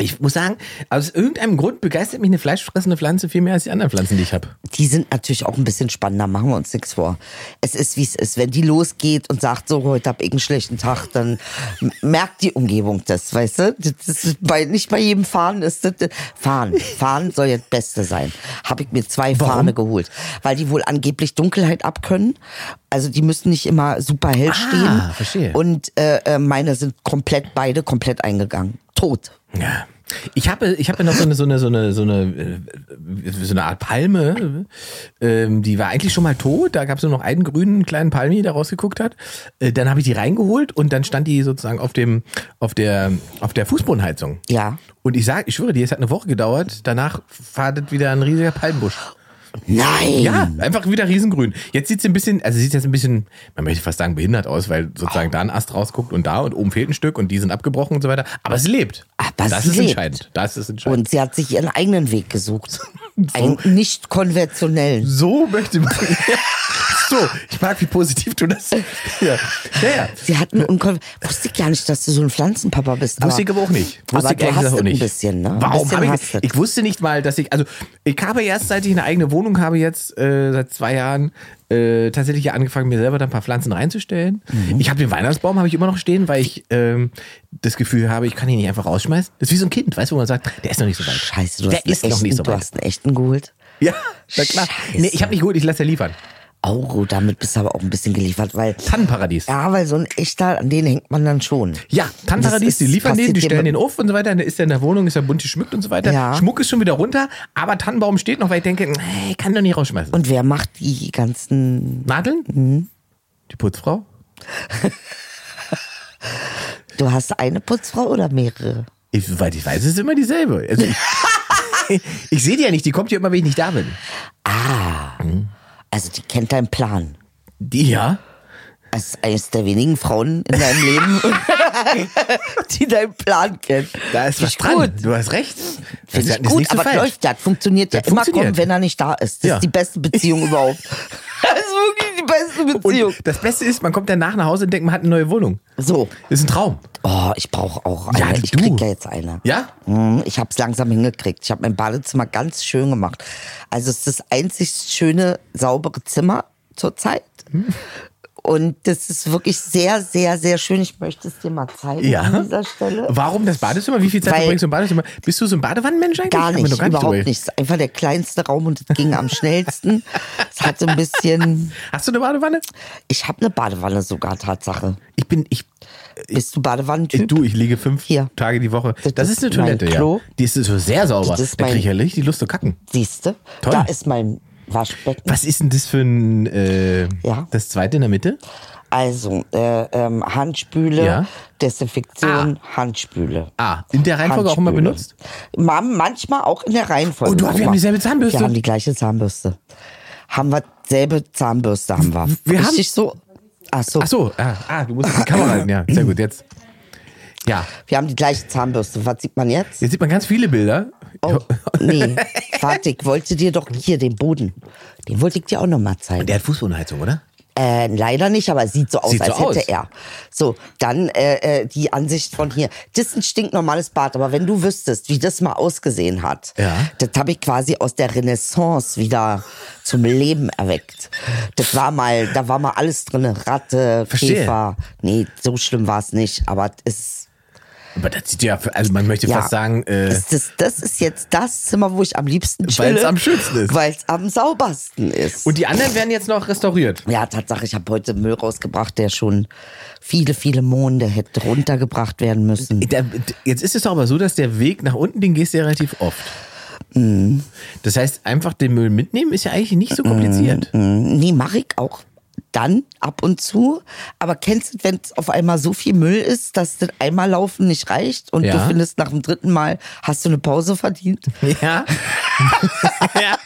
[SPEAKER 5] Ich muss sagen, aus irgendeinem Grund begeistert mich eine fleischfressende Pflanze viel mehr als die anderen Pflanzen, die ich habe.
[SPEAKER 4] die sind natürlich auch ein bisschen spannender, machen wir uns nichts vor. Es ist, wie es ist. Wenn die losgeht und sagt, so, heute hab ich einen schlechten Tag, dann m- merkt die Umgebung das, weißt du? Das ist bei, nicht bei jedem Fahren ist das, Fahren, Fahren soll jetzt Beste sein. Habe ich mir zwei Fahne geholt, weil die wohl angeblich Dunkelheit abkönnen. Also die müssen nicht immer super hell stehen.
[SPEAKER 5] Ah, verstehe.
[SPEAKER 4] Und äh, äh, meine sind komplett, beide komplett eingegangen. Tot.
[SPEAKER 5] Ja. Ich habe, ich habe noch so eine, so eine, so eine, so eine, äh, so eine Art Palme, ähm, die war eigentlich schon mal tot. Da gab es nur noch einen grünen kleinen Palmi, der rausgeguckt hat. Äh, dann habe ich die reingeholt und dann stand die sozusagen auf dem, auf der, auf der Fußbodenheizung.
[SPEAKER 4] Ja.
[SPEAKER 5] Und ich sag, ich schwöre dir, es hat eine Woche gedauert. Danach fadet wieder ein riesiger Palmbusch.
[SPEAKER 4] Nein.
[SPEAKER 5] Ja, einfach wieder riesengrün. Jetzt sieht's ein bisschen, also sieht jetzt ein bisschen, man möchte fast sagen, behindert aus, weil sozusagen da ein Ast rausguckt und da und oben fehlt ein Stück und die sind abgebrochen und so weiter. Aber es lebt.
[SPEAKER 4] Ah, Aber
[SPEAKER 5] das
[SPEAKER 4] es
[SPEAKER 5] ist
[SPEAKER 4] lebt.
[SPEAKER 5] entscheidend. Das ist entscheidend.
[SPEAKER 4] Und sie hat sich ihren eigenen Weg gesucht. Einen nicht konventionellen.
[SPEAKER 5] so möchte man. so, ich mag, wie positiv du das. Ja, ja. ja.
[SPEAKER 4] Sie hat einen Unkon Wusste ich gar nicht, dass du so ein Pflanzenpapa bist.
[SPEAKER 5] Wusste ich aber auch nicht. Wusste
[SPEAKER 4] aber
[SPEAKER 5] ich
[SPEAKER 4] du
[SPEAKER 5] ehrlich
[SPEAKER 4] hast
[SPEAKER 5] gesagt
[SPEAKER 4] es
[SPEAKER 5] auch
[SPEAKER 4] ein
[SPEAKER 5] nicht.
[SPEAKER 4] bisschen, ne? ein
[SPEAKER 5] Warum
[SPEAKER 4] bisschen
[SPEAKER 5] habe ich
[SPEAKER 4] hast
[SPEAKER 5] das?
[SPEAKER 4] du
[SPEAKER 5] Ich wusste nicht mal, dass ich, also ich habe erst seit ich eine eigene Wohnung habe jetzt, äh, seit zwei Jahren, äh, tatsächlich ja angefangen, mir selber da ein paar Pflanzen reinzustellen.
[SPEAKER 4] Mhm.
[SPEAKER 5] Ich habe den Weihnachtsbaum, habe ich immer noch stehen, weil ich ähm, das Gefühl habe, ich kann ihn nicht einfach rausschmeißen. Das ist wie so ein Kind, weißt du, wo man sagt, der ist noch nicht so weit.
[SPEAKER 4] Scheiße, du
[SPEAKER 5] der
[SPEAKER 4] hast, einen
[SPEAKER 5] ist noch nicht
[SPEAKER 4] echten,
[SPEAKER 5] so
[SPEAKER 4] du
[SPEAKER 5] weit.
[SPEAKER 4] hast einen echten geholt.
[SPEAKER 5] Ja, na klar.
[SPEAKER 4] Scheiße.
[SPEAKER 5] Nee, ich habe nicht geholt, ich lasse ja liefern.
[SPEAKER 4] Auro, damit bist du aber auch ein bisschen geliefert, weil.
[SPEAKER 5] Tannenparadies.
[SPEAKER 4] Ja, weil so ein echter, an den hängt man dann schon.
[SPEAKER 5] Ja,
[SPEAKER 4] Das
[SPEAKER 5] Tanzparadies,
[SPEAKER 4] ist-
[SPEAKER 5] die liefern den,
[SPEAKER 4] passiert
[SPEAKER 5] die
[SPEAKER 4] dir
[SPEAKER 5] stellen
[SPEAKER 4] mit-
[SPEAKER 5] den auf und so weiter. Dann ist er in der Wohnung, ist er bunt geschmückt und so weiter.
[SPEAKER 4] Ja.
[SPEAKER 5] Schmuck ist schon wieder runter, aber Tannenbaum steht noch, weil ich denke, nee, ich kann doch nicht rausschmeißen.
[SPEAKER 4] Und wer macht die ganzen.
[SPEAKER 5] Nadeln?
[SPEAKER 4] Mhm.
[SPEAKER 5] Die Putzfrau?
[SPEAKER 4] Du hast eine Putzfrau oder mehrere?
[SPEAKER 5] Ich, soweit ich weiß, ist es immer dieselbe. Also ich ich sehe die ja nicht, die kommt ja immer, wenn ich nicht da bin.
[SPEAKER 4] Also die kennt deinen Plan.
[SPEAKER 5] Die ja?
[SPEAKER 4] Das ist eines der wenigen Frauen in deinem Leben, die deinen Plan kennt.
[SPEAKER 5] Da ist was
[SPEAKER 4] Finde ich
[SPEAKER 5] dran.
[SPEAKER 4] Gut.
[SPEAKER 5] Du hast recht. Das
[SPEAKER 4] Finde
[SPEAKER 5] ist
[SPEAKER 4] ich gut,
[SPEAKER 5] nicht so
[SPEAKER 4] aber
[SPEAKER 5] falsch.
[SPEAKER 4] läuft das, funktioniert
[SPEAKER 5] Das
[SPEAKER 4] ja immer
[SPEAKER 5] funktioniert.
[SPEAKER 4] kommen, wenn er nicht da ist. Das
[SPEAKER 5] Ja.
[SPEAKER 4] ist die beste Beziehung überhaupt. Das ist wirklich die beste Beziehung.
[SPEAKER 5] Und das Beste ist, man kommt danach nach Hause und denkt, man hat eine neue Wohnung.
[SPEAKER 4] so.
[SPEAKER 5] Ist ein Traum.
[SPEAKER 4] Oh, ich brauche auch eine.
[SPEAKER 5] Ja,
[SPEAKER 4] ich
[SPEAKER 5] du.
[SPEAKER 4] krieg ja jetzt eine.
[SPEAKER 5] Ja?
[SPEAKER 4] Hm, Ich habe es langsam hingekriegt. Ich habe mein Badezimmer ganz schön gemacht. Also es ist das einzig schöne, saubere Zimmer zurzeit.
[SPEAKER 5] Hm.
[SPEAKER 4] Und das ist wirklich sehr, sehr, sehr schön. Ich möchte es dir mal zeigen
[SPEAKER 5] Ja.
[SPEAKER 4] an dieser Stelle.
[SPEAKER 5] Warum das Badezimmer? Wie viel Zeit
[SPEAKER 4] Weil-
[SPEAKER 5] verbringst du im Badezimmer? Bist du so ein Badewannenmensch eigentlich?
[SPEAKER 4] Gar
[SPEAKER 5] Haben wir
[SPEAKER 4] nicht,
[SPEAKER 5] noch drüber
[SPEAKER 4] überhaupt
[SPEAKER 5] geredet.
[SPEAKER 4] nicht. Es ist einfach der kleinste Raum und es ging am schnellsten. Es hat so ein bisschen.
[SPEAKER 5] Hast du eine Badewanne?
[SPEAKER 4] Ich habe eine Badewanne sogar, Tatsache.
[SPEAKER 5] Ich bin, ich,
[SPEAKER 4] Bist du Badewannentyp?
[SPEAKER 5] Äh, du, ich liege fünf
[SPEAKER 4] Hier.
[SPEAKER 5] Tage die Woche. Das,
[SPEAKER 4] Das
[SPEAKER 5] ist
[SPEAKER 4] ist
[SPEAKER 5] eine
[SPEAKER 4] mein
[SPEAKER 5] Toilette, ja.
[SPEAKER 4] Klo.
[SPEAKER 5] Die ist so sehr sauber.
[SPEAKER 4] Das ist
[SPEAKER 5] da
[SPEAKER 4] mein-
[SPEAKER 5] kriege ich ja richtig die Lust zu kacken.
[SPEAKER 4] Siehst du?
[SPEAKER 5] Toll.
[SPEAKER 4] Da ist mein Waschbecken.
[SPEAKER 5] Was ist denn das für ein, äh,
[SPEAKER 4] Ja.
[SPEAKER 5] das zweite in der Mitte?
[SPEAKER 4] Also, äh, ähm, Handspüle,
[SPEAKER 5] Ja.
[SPEAKER 4] Desinfektion, Handspüle.
[SPEAKER 5] Ah, in der Reihenfolge auch immer
[SPEAKER 4] Handspüle.
[SPEAKER 5] benutzt?
[SPEAKER 4] Ma- Manchmal auch in der Reihenfolge.
[SPEAKER 5] Oh, du, wir
[SPEAKER 4] Guck
[SPEAKER 5] haben
[SPEAKER 4] mal.
[SPEAKER 5] dieselbe Zahnbürste.
[SPEAKER 4] Wir haben die gleiche Zahnbürste. Haben wir dieselbe Zahnbürste, haben wir.
[SPEAKER 5] Wir haben-
[SPEAKER 4] Richtig so. Ach so.
[SPEAKER 5] Ach so, ah, ah du musst die Kamera halten, ja. Sehr gut, jetzt. Ja,
[SPEAKER 4] Wir haben die gleiche Zahnbürste. Was sieht man jetzt?
[SPEAKER 5] jetzt sieht man ganz viele Bilder.
[SPEAKER 4] Oh, nee. Warte, ich wollte dir doch hier den Boden. Den wollte ich dir auch nochmal zeigen.
[SPEAKER 5] Der hat Fußbodenheizung, oder?
[SPEAKER 4] Äh, leider nicht, aber sieht so aus,
[SPEAKER 5] Sieht so
[SPEAKER 4] als hätte
[SPEAKER 5] aus.
[SPEAKER 4] er. So, dann äh, äh, die Ansicht von hier. Das ist ein stinknormales Bad, aber wenn du wüsstest, wie das mal ausgesehen hat,
[SPEAKER 5] Ja.
[SPEAKER 4] das habe ich quasi aus der Renaissance wieder zum Leben erweckt. Das war mal, da war mal alles drin, Ratte,
[SPEAKER 5] Verstehe.
[SPEAKER 4] Käfer. Nee, so schlimm war es nicht, aber es ist
[SPEAKER 5] Aber das sieht ja, also man möchte fast sagen, äh,
[SPEAKER 4] ist das, das ist jetzt das Zimmer, wo ich am liebsten chille.
[SPEAKER 5] Weil's am schönsten ist.
[SPEAKER 4] Weil es am saubersten ist.
[SPEAKER 5] und die anderen werden jetzt noch restauriert.
[SPEAKER 4] ja, Tatsache, ich habe heute Müll rausgebracht, der schon viele, viele Monde hätte runtergebracht werden müssen.
[SPEAKER 5] Da- Jetzt ist es doch aber so, dass der Weg nach unten, den gehst du ja relativ oft.
[SPEAKER 4] Mhm.
[SPEAKER 5] Das heißt, einfach den Müll mitnehmen ist ja eigentlich nicht so kompliziert.
[SPEAKER 4] Mhm. Nee, mach ich auch dann ab und zu. Aber kennst du, wenn es auf einmal so viel Müll ist, dass das einmal laufen nicht reicht und
[SPEAKER 5] Ja.
[SPEAKER 4] du findest nach dem dritten Mal, hast du eine Pause verdient?
[SPEAKER 5] Ja. ja.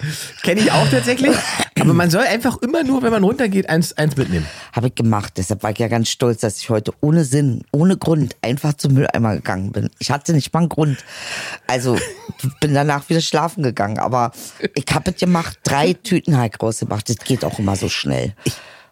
[SPEAKER 5] Kenne ich auch tatsächlich. Aber man soll einfach immer nur, wenn man runtergeht, eins, eins mitnehmen.
[SPEAKER 4] Habe ich gemacht. Deshalb war ich ja ganz stolz, dass ich heute ohne Sinn, ohne Grund einfach zum Mülleimer gegangen bin. Ich hatte nicht mal einen Grund. Also bin danach wieder schlafen gegangen. Aber ich habe es gemacht. Drei Tüten habe ich rausgemacht. Das geht auch immer so schnell.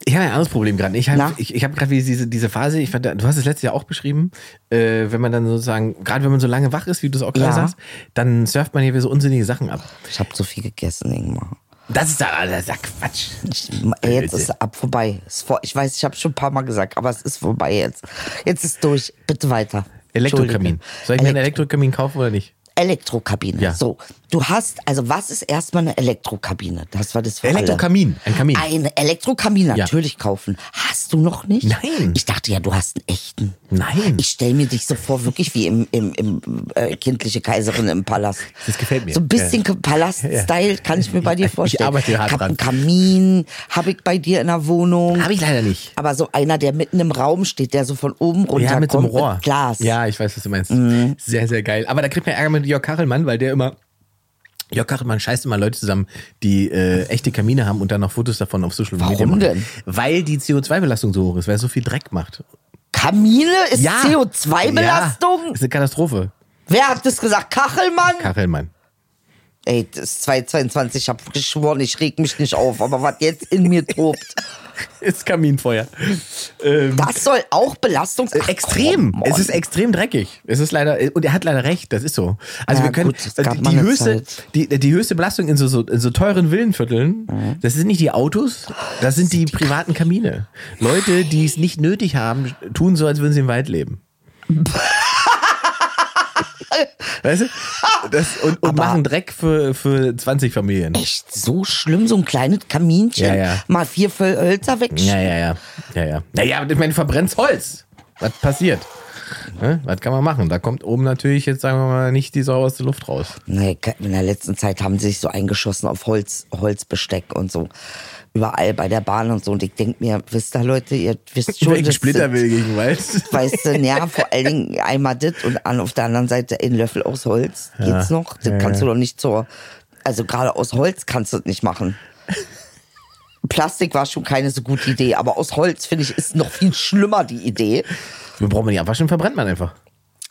[SPEAKER 5] Ich habe ein anderes Problem gerade. Ich
[SPEAKER 4] Na?
[SPEAKER 5] habe ich, ich hab gerade wieder diese, diese Phase, ich fand, du hast es letztes Jahr auch beschrieben, äh, wenn man dann sozusagen, gerade wenn man so lange wach ist, wie du es auch gerade
[SPEAKER 4] Ja.
[SPEAKER 5] sagst, dann surft man hier wieder so unsinnige Sachen ab.
[SPEAKER 4] Ich habe so viel gegessen, Ingmar.
[SPEAKER 5] Das ist da, das ist da Quatsch.
[SPEAKER 4] Ich, ey, jetzt ist ab vorbei. Ist vor, ich weiß, ich habe schon ein paar Mal gesagt, aber es ist vorbei jetzt. Jetzt ist durch. Bitte weiter.
[SPEAKER 5] Elektrokamin.
[SPEAKER 4] Entschuldige.
[SPEAKER 5] Soll ich mir einen Elektrokamin kaufen oder nicht?
[SPEAKER 4] Elektrokabine.
[SPEAKER 5] Ja.
[SPEAKER 4] So, du hast, also was ist erstmal eine Elektrokabine? Das war das für alle.
[SPEAKER 5] Elektrokamin, ein Kamin.
[SPEAKER 4] Einen Elektrokamin natürlich kaufen. Hast du noch nicht?
[SPEAKER 5] Nein.
[SPEAKER 4] Ich dachte ja, du hast einen echten.
[SPEAKER 5] Nein.
[SPEAKER 4] Ich stelle mir dich so vor, wirklich wie im, im, im äh, kindliche Kaiserin im Palast.
[SPEAKER 5] Das gefällt mir.
[SPEAKER 4] So ein bisschen Palast-Style kann ich mir bei dir
[SPEAKER 5] Ich
[SPEAKER 4] vorstellen.
[SPEAKER 5] arbeite hart
[SPEAKER 4] hab
[SPEAKER 5] dran.
[SPEAKER 4] einen Kamin, habe ich bei dir in der Wohnung.
[SPEAKER 5] Hab ich leider nicht.
[SPEAKER 4] Aber so einer, der mitten im Raum steht, der so von oben runterkommt.
[SPEAKER 5] Ja, mit so einem Rohr.
[SPEAKER 4] Glas. Mhm.
[SPEAKER 5] Ja, ich weiß, was du meinst. Sehr, sehr geil. Aber da kriegt man Ärger mit Jörg Kachelmann, weil der immer Jörg Kachelmann scheißt immer Leute zusammen, die äh, echte Kamine haben und dann noch Fotos davon auf Social Media
[SPEAKER 4] Warum
[SPEAKER 5] machen.
[SPEAKER 4] denn?
[SPEAKER 5] Weil die CO2-Belastung so hoch ist, weil es so viel Dreck macht.
[SPEAKER 4] Kamine ist
[SPEAKER 5] Ja.
[SPEAKER 4] CO2-Belastung?
[SPEAKER 5] Ja, ist eine Katastrophe.
[SPEAKER 4] Wer hat das gesagt? Kachelmann?
[SPEAKER 5] Kachelmann.
[SPEAKER 4] Ey, das ist 2022, ich hab geschworen, ich reg mich nicht auf, aber was jetzt in mir tobt,
[SPEAKER 5] Ist Kaminfeuer. Ähm,
[SPEAKER 4] das soll auch Belastung. Ach,
[SPEAKER 5] extrem.
[SPEAKER 4] komm,
[SPEAKER 5] es ist
[SPEAKER 4] Äh, oh Mann.
[SPEAKER 5] extrem dreckig. Es ist leider und er hat leider recht. Das ist so. Also
[SPEAKER 4] Ja,
[SPEAKER 5] wir können
[SPEAKER 4] gut, es gab
[SPEAKER 5] die,
[SPEAKER 4] mal
[SPEAKER 5] die
[SPEAKER 4] eine
[SPEAKER 5] höchste
[SPEAKER 4] Zeit.
[SPEAKER 5] die, die höchste Belastung in so, so, in so teuren Villenvierteln.
[SPEAKER 4] Mhm.
[SPEAKER 5] Das sind nicht die Autos, das sind die privaten Kamine. Leute, die es nicht nötig haben, tun so, als würden sie im Wald leben. weißt du? Das, und und machen Dreck für, für 20 Familien.
[SPEAKER 4] echt so schlimm, so ein kleines Kaminchen.
[SPEAKER 5] Ja, ja.
[SPEAKER 4] Mal vier Völ- Hölzer weg.
[SPEAKER 5] Ja, ja, ja. Ja, ja. Naja, ich meine, verbrennst Holz. Was passiert? Ne? Was kann man machen? Da kommt oben natürlich jetzt, sagen wir mal, nicht die sauberste Luft raus.
[SPEAKER 4] Nee, in der letzten Zeit haben sie sich so eingeschossen auf Holz, Holzbesteck und so. Überall bei der Bahn und so. Und ich denk mir, wisst ihr Leute, ihr wisst schon,
[SPEAKER 5] Wegen
[SPEAKER 4] das sind-
[SPEAKER 5] Splitterwill gegen Wald.
[SPEAKER 4] Weißt du, ja, vor allen Dingen einmal das und an, auf der anderen Seite ein Löffel aus Holz. Geht's noch? Das kannst du doch nicht zur. Also gerade aus Holz kannst du das nicht machen. Plastik war schon keine so gute Idee, aber aus Holz, finde ich, ist noch viel schlimmer die Idee.
[SPEAKER 5] Wir brauchen nicht abwaschen, verbrennt man einfach.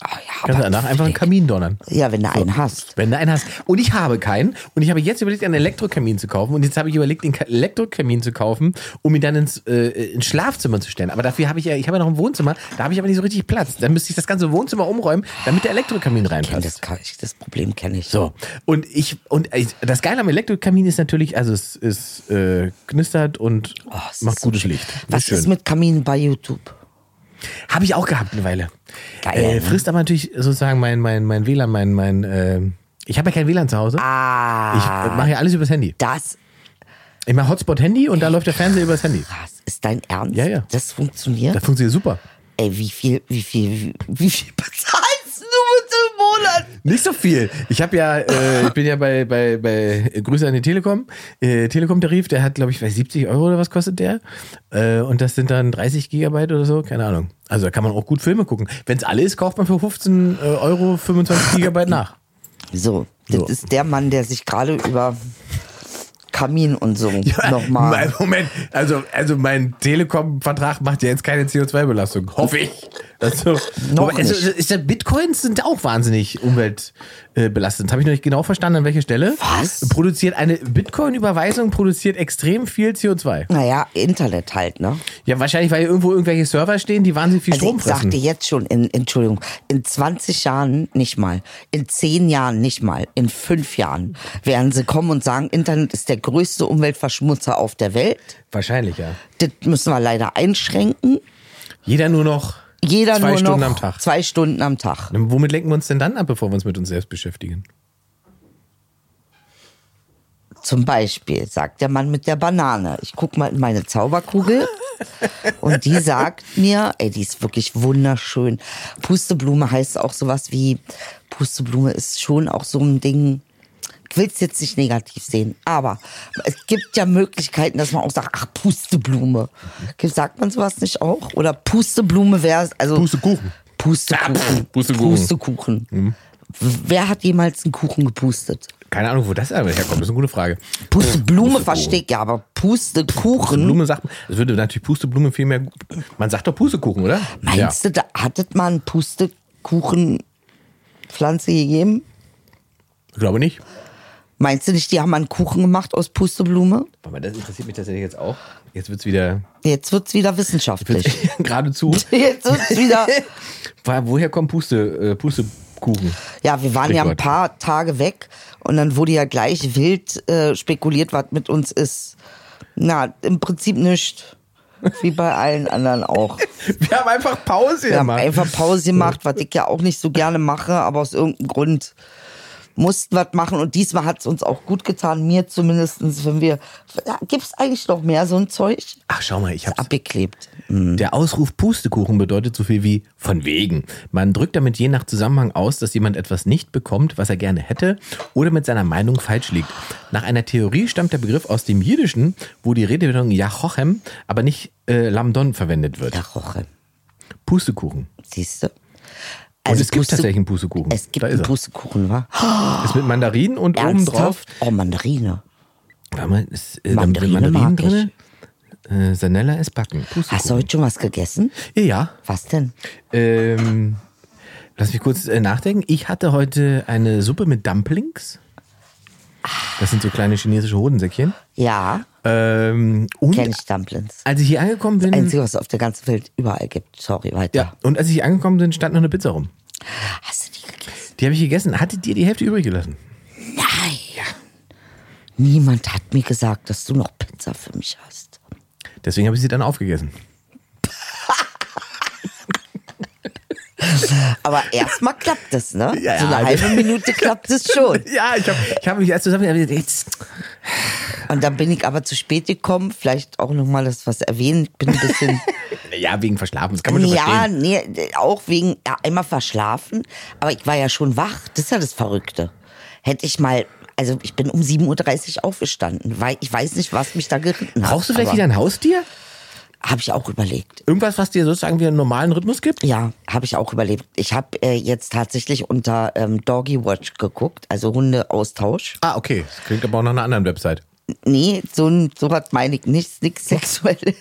[SPEAKER 4] Ah, ja,
[SPEAKER 5] Kannst
[SPEAKER 4] aber-
[SPEAKER 5] danach einfach einen Kamin donnern.
[SPEAKER 4] ja, wenn du einen hast.
[SPEAKER 5] Wenn du einen hast. Und ich habe keinen. Und ich habe jetzt überlegt, einen Elektrokamin zu kaufen. Und jetzt habe ich überlegt, den Ka- Elektrokamin zu kaufen, um ihn dann ins, äh, ins Schlafzimmer zu stellen. Aber dafür habe ich ja, ich habe ja noch ein Wohnzimmer, da habe ich aber nicht so richtig Platz. Dann müsste ich das ganze Wohnzimmer umräumen, damit der Elektrokamin reinpasst.
[SPEAKER 4] Das, kann ich, das Problem kenne ich.
[SPEAKER 5] So, und ich, und ich, das Geile am Elektrokamin ist natürlich, also es, es äh, knistert und
[SPEAKER 4] Oh, es
[SPEAKER 5] macht
[SPEAKER 4] ist so
[SPEAKER 5] gutes
[SPEAKER 4] schön.
[SPEAKER 5] Licht. Das
[SPEAKER 4] Was ist mit Kaminen bei YouTube?
[SPEAKER 5] Habe ich auch gehabt eine Weile.
[SPEAKER 4] Geil,
[SPEAKER 5] äh,
[SPEAKER 4] ne?
[SPEAKER 5] frisst aber natürlich sozusagen mein, mein, mein WLAN, mein, mein, äh, ich habe ja kein WLAN zu Hause. Ich äh,
[SPEAKER 4] Ah,
[SPEAKER 5] mache ja alles übers Handy.
[SPEAKER 4] das
[SPEAKER 5] Ich mache Hotspot-Handy und da läuft der Fernseher übers Handy.
[SPEAKER 4] krass. Ist dein Ernst?
[SPEAKER 5] Ja, ja.
[SPEAKER 4] Das funktioniert?
[SPEAKER 5] Das funktioniert super.
[SPEAKER 4] Ey, wie viel, wie viel, wie viel bezahlst du mit dem Monat?
[SPEAKER 5] Nicht so viel. Ich habe ja, äh, ich bin ja bei, bei, bei äh, Grüße an die Telekom. Äh, Telekom-Tarif, der hat, glaube ich, weiß 70 Euro oder was kostet der. Äh, und das sind dann 30 Gigabyte oder so, keine Ahnung. Also da kann man auch gut Filme gucken. Wenn es alle ist, kauft man für 15 äh, Euro 25 Gigabyte nach.
[SPEAKER 4] So, das
[SPEAKER 5] So.
[SPEAKER 4] ist der Mann, der sich gerade über Kamin und so
[SPEAKER 5] Mein-
[SPEAKER 4] nochmal.
[SPEAKER 5] Moment, also, also mein Telekom-Vertrag macht ja jetzt keine CO2-Belastung, hoffe ich. Also,
[SPEAKER 4] Noch
[SPEAKER 5] aber es-
[SPEAKER 4] nicht.
[SPEAKER 5] Ist, der Bitcoins sind auch wahnsinnig umweltbelastend. Habe ich noch nicht genau verstanden, an welcher Stelle.
[SPEAKER 4] Was?
[SPEAKER 5] Produziert eine Bitcoin-Überweisung produziert extrem viel CO2.
[SPEAKER 4] Naja, Internet halt, ne?
[SPEAKER 5] Ja, wahrscheinlich, weil hier irgendwo irgendwelche Server stehen, die wahnsinnig viel
[SPEAKER 4] Also
[SPEAKER 5] Strom
[SPEAKER 4] ich sag
[SPEAKER 5] fressen.
[SPEAKER 4] dir jetzt schon, in, Entschuldigung, in 20 Jahren nicht mal, in 10 Jahren nicht mal, in 5 Jahren werden sie kommen und sagen, Internet ist der größte Umweltverschmutzer auf der Welt.
[SPEAKER 5] Wahrscheinlich, ja.
[SPEAKER 4] Das müssen wir leider einschränken.
[SPEAKER 5] Jeder nur noch
[SPEAKER 4] Jeder
[SPEAKER 5] zwei
[SPEAKER 4] nur noch
[SPEAKER 5] Stunden am Tag.
[SPEAKER 4] zwei Stunden am Tag.
[SPEAKER 5] Womit lenken wir uns denn dann ab, bevor wir uns mit uns selbst beschäftigen?
[SPEAKER 4] Zum Beispiel sagt der Mann mit der Banane. Ich guck mal in meine Zauberkugel und die sagt mir, ey, die ist wirklich wunderschön. Pusteblume heißt auch sowas wie, Pusteblume ist schon auch so ein Ding. Ich will es jetzt nicht negativ sehen, aber es gibt ja Möglichkeiten, dass man auch sagt, ach, Pusteblume. Sagt man sowas nicht auch? Oder Pusteblume wäre es, also.
[SPEAKER 5] Pustekuchen.
[SPEAKER 4] Pustekuchen.
[SPEAKER 5] Ah, pff, Pustekuchen. Mhm.
[SPEAKER 4] Pustekuchen. Wer hat jemals einen Kuchen gepustet?
[SPEAKER 5] Keine Ahnung, wo das aber herkommt. Das ist eine gute Frage.
[SPEAKER 4] Pusteblume verstehe ich, ja, aber Pustekuchen.
[SPEAKER 5] Pusteblume sagt man, es würde natürlich Pusteblume viel mehr. Man sagt doch Pustekuchen, oder?
[SPEAKER 4] Meinst du, da hattet mal eine Pustekuchenpflanze gegeben?
[SPEAKER 5] Ich glaube nicht.
[SPEAKER 4] Meinst du nicht, die haben mal einen Kuchen gemacht aus Pusteblume?
[SPEAKER 5] Aber das interessiert mich tatsächlich jetzt auch. Jetzt wird's wieder
[SPEAKER 4] Jetzt wird's wieder wissenschaftlich.
[SPEAKER 5] geradezu.
[SPEAKER 4] Jetzt wird's wieder.
[SPEAKER 5] Woher- Woher kommt Puste, äh, Pustekuchen?
[SPEAKER 4] Ja, wir waren ja ein
[SPEAKER 5] Sprichwort.
[SPEAKER 4] paar Tage weg und dann wurde ja gleich wild äh, spekuliert, was mit uns ist. Na, im Prinzip nicht. Wie bei allen anderen auch.
[SPEAKER 5] Wir haben einfach Pause
[SPEAKER 4] Wir haben
[SPEAKER 5] gemacht.
[SPEAKER 4] einfach Pause gemacht, was ich ja auch nicht so gerne mache, aber aus irgendeinem Grund mussten was machen. Und diesmal hat es uns auch gut getan, mir zumindestens, wenn wir. Ja, Gibt es eigentlich noch mehr so ein Zeug?
[SPEAKER 5] Ach, schau mal, ich hab's.
[SPEAKER 4] Abgeklebt.
[SPEAKER 5] Der Ausruf Pustekuchen bedeutet so viel wie von wegen. Man drückt damit je nach Zusammenhang aus, dass jemand etwas nicht bekommt, was er gerne hätte oder mit seiner Meinung falsch liegt. Nach einer Theorie stammt der Begriff aus dem Jiddischen, wo die Redewendung Jachochem, aber nicht äh, Lamdon verwendet wird.
[SPEAKER 4] Ja, Roche.
[SPEAKER 5] Pustekuchen.
[SPEAKER 4] Siehst du?
[SPEAKER 5] Also es gibt
[SPEAKER 4] Puste-
[SPEAKER 5] tatsächlich einen Pustekuchen.
[SPEAKER 4] Es gibt
[SPEAKER 5] Da ist
[SPEAKER 4] einen
[SPEAKER 5] er.
[SPEAKER 4] Pustekuchen, wa?
[SPEAKER 5] Ist mit Mandarinen und oben drauf.
[SPEAKER 4] Ernsthaft? Oh, Mandarine.
[SPEAKER 5] Warte mal, ist äh,
[SPEAKER 4] Mandarine
[SPEAKER 5] Mandarinen, Mandarinen
[SPEAKER 4] mag ich.
[SPEAKER 5] drin? Äh, Sanella ist backen. Pustekuchen.
[SPEAKER 4] Hast du heute schon was gegessen?
[SPEAKER 5] Ja.
[SPEAKER 4] Was denn?
[SPEAKER 5] Ähm, lass mich kurz äh, nachdenken. Ich hatte heute eine Suppe mit Dumplings. Das sind so kleine chinesische Hodensäckchen.
[SPEAKER 4] Ja,
[SPEAKER 5] Ähm, und
[SPEAKER 4] kenne ich Dumplings.
[SPEAKER 5] als ich hier angekommen bin.
[SPEAKER 4] Einzige, was es auf der ganzen Welt überall gibt. Sorry, weiter.
[SPEAKER 5] ja, und als ich hier angekommen bin, stand noch eine Pizza rum.
[SPEAKER 4] Hast du die gegessen?
[SPEAKER 5] Die habe ich gegessen. Hatte dir die Hälfte übrig gelassen?
[SPEAKER 4] Nein. Niemand hat mir gesagt, dass du noch Pizza für mich hast.
[SPEAKER 5] Deswegen habe ich sie dann aufgegessen.
[SPEAKER 4] Aber erstmal klappt das, ne?
[SPEAKER 5] Ja,
[SPEAKER 4] so eine
[SPEAKER 5] ja.
[SPEAKER 4] halbe Minute klappt es schon.
[SPEAKER 5] Ja, ich habe ich hab mich erst zusammen. ich hab gesagt, Jetzt.
[SPEAKER 4] Und dann bin ich aber zu spät gekommen. Vielleicht auch nochmal das was erwähnen. Ich bin ein bisschen.
[SPEAKER 5] Ja, wegen Verschlafen. Das kann man schon
[SPEAKER 4] ja,
[SPEAKER 5] verstehen.
[SPEAKER 4] nee, auch wegen ja, einmal verschlafen. Aber ich war ja schon wach. Das ist ja das Verrückte. Hätte ich mal. Also ich bin um 7.30 Uhr aufgestanden, weil ich weiß nicht, was mich da geritten hat.
[SPEAKER 5] Brauchst du vielleicht
[SPEAKER 4] aber
[SPEAKER 5] wieder ein Haustier?
[SPEAKER 4] Habe ich auch überlegt.
[SPEAKER 5] Irgendwas, was dir sozusagen wieder einen normalen Rhythmus gibt?
[SPEAKER 4] Ja, habe ich auch überlebt. Ich habe äh, jetzt tatsächlich unter ähm, Doggy Watch geguckt, also Hundeaustausch.
[SPEAKER 5] Ah, okay. Das klingt aber auch nach einer anderen Website.
[SPEAKER 4] Nee, so ein sowas meine ich nicht, nichts Sexuelles.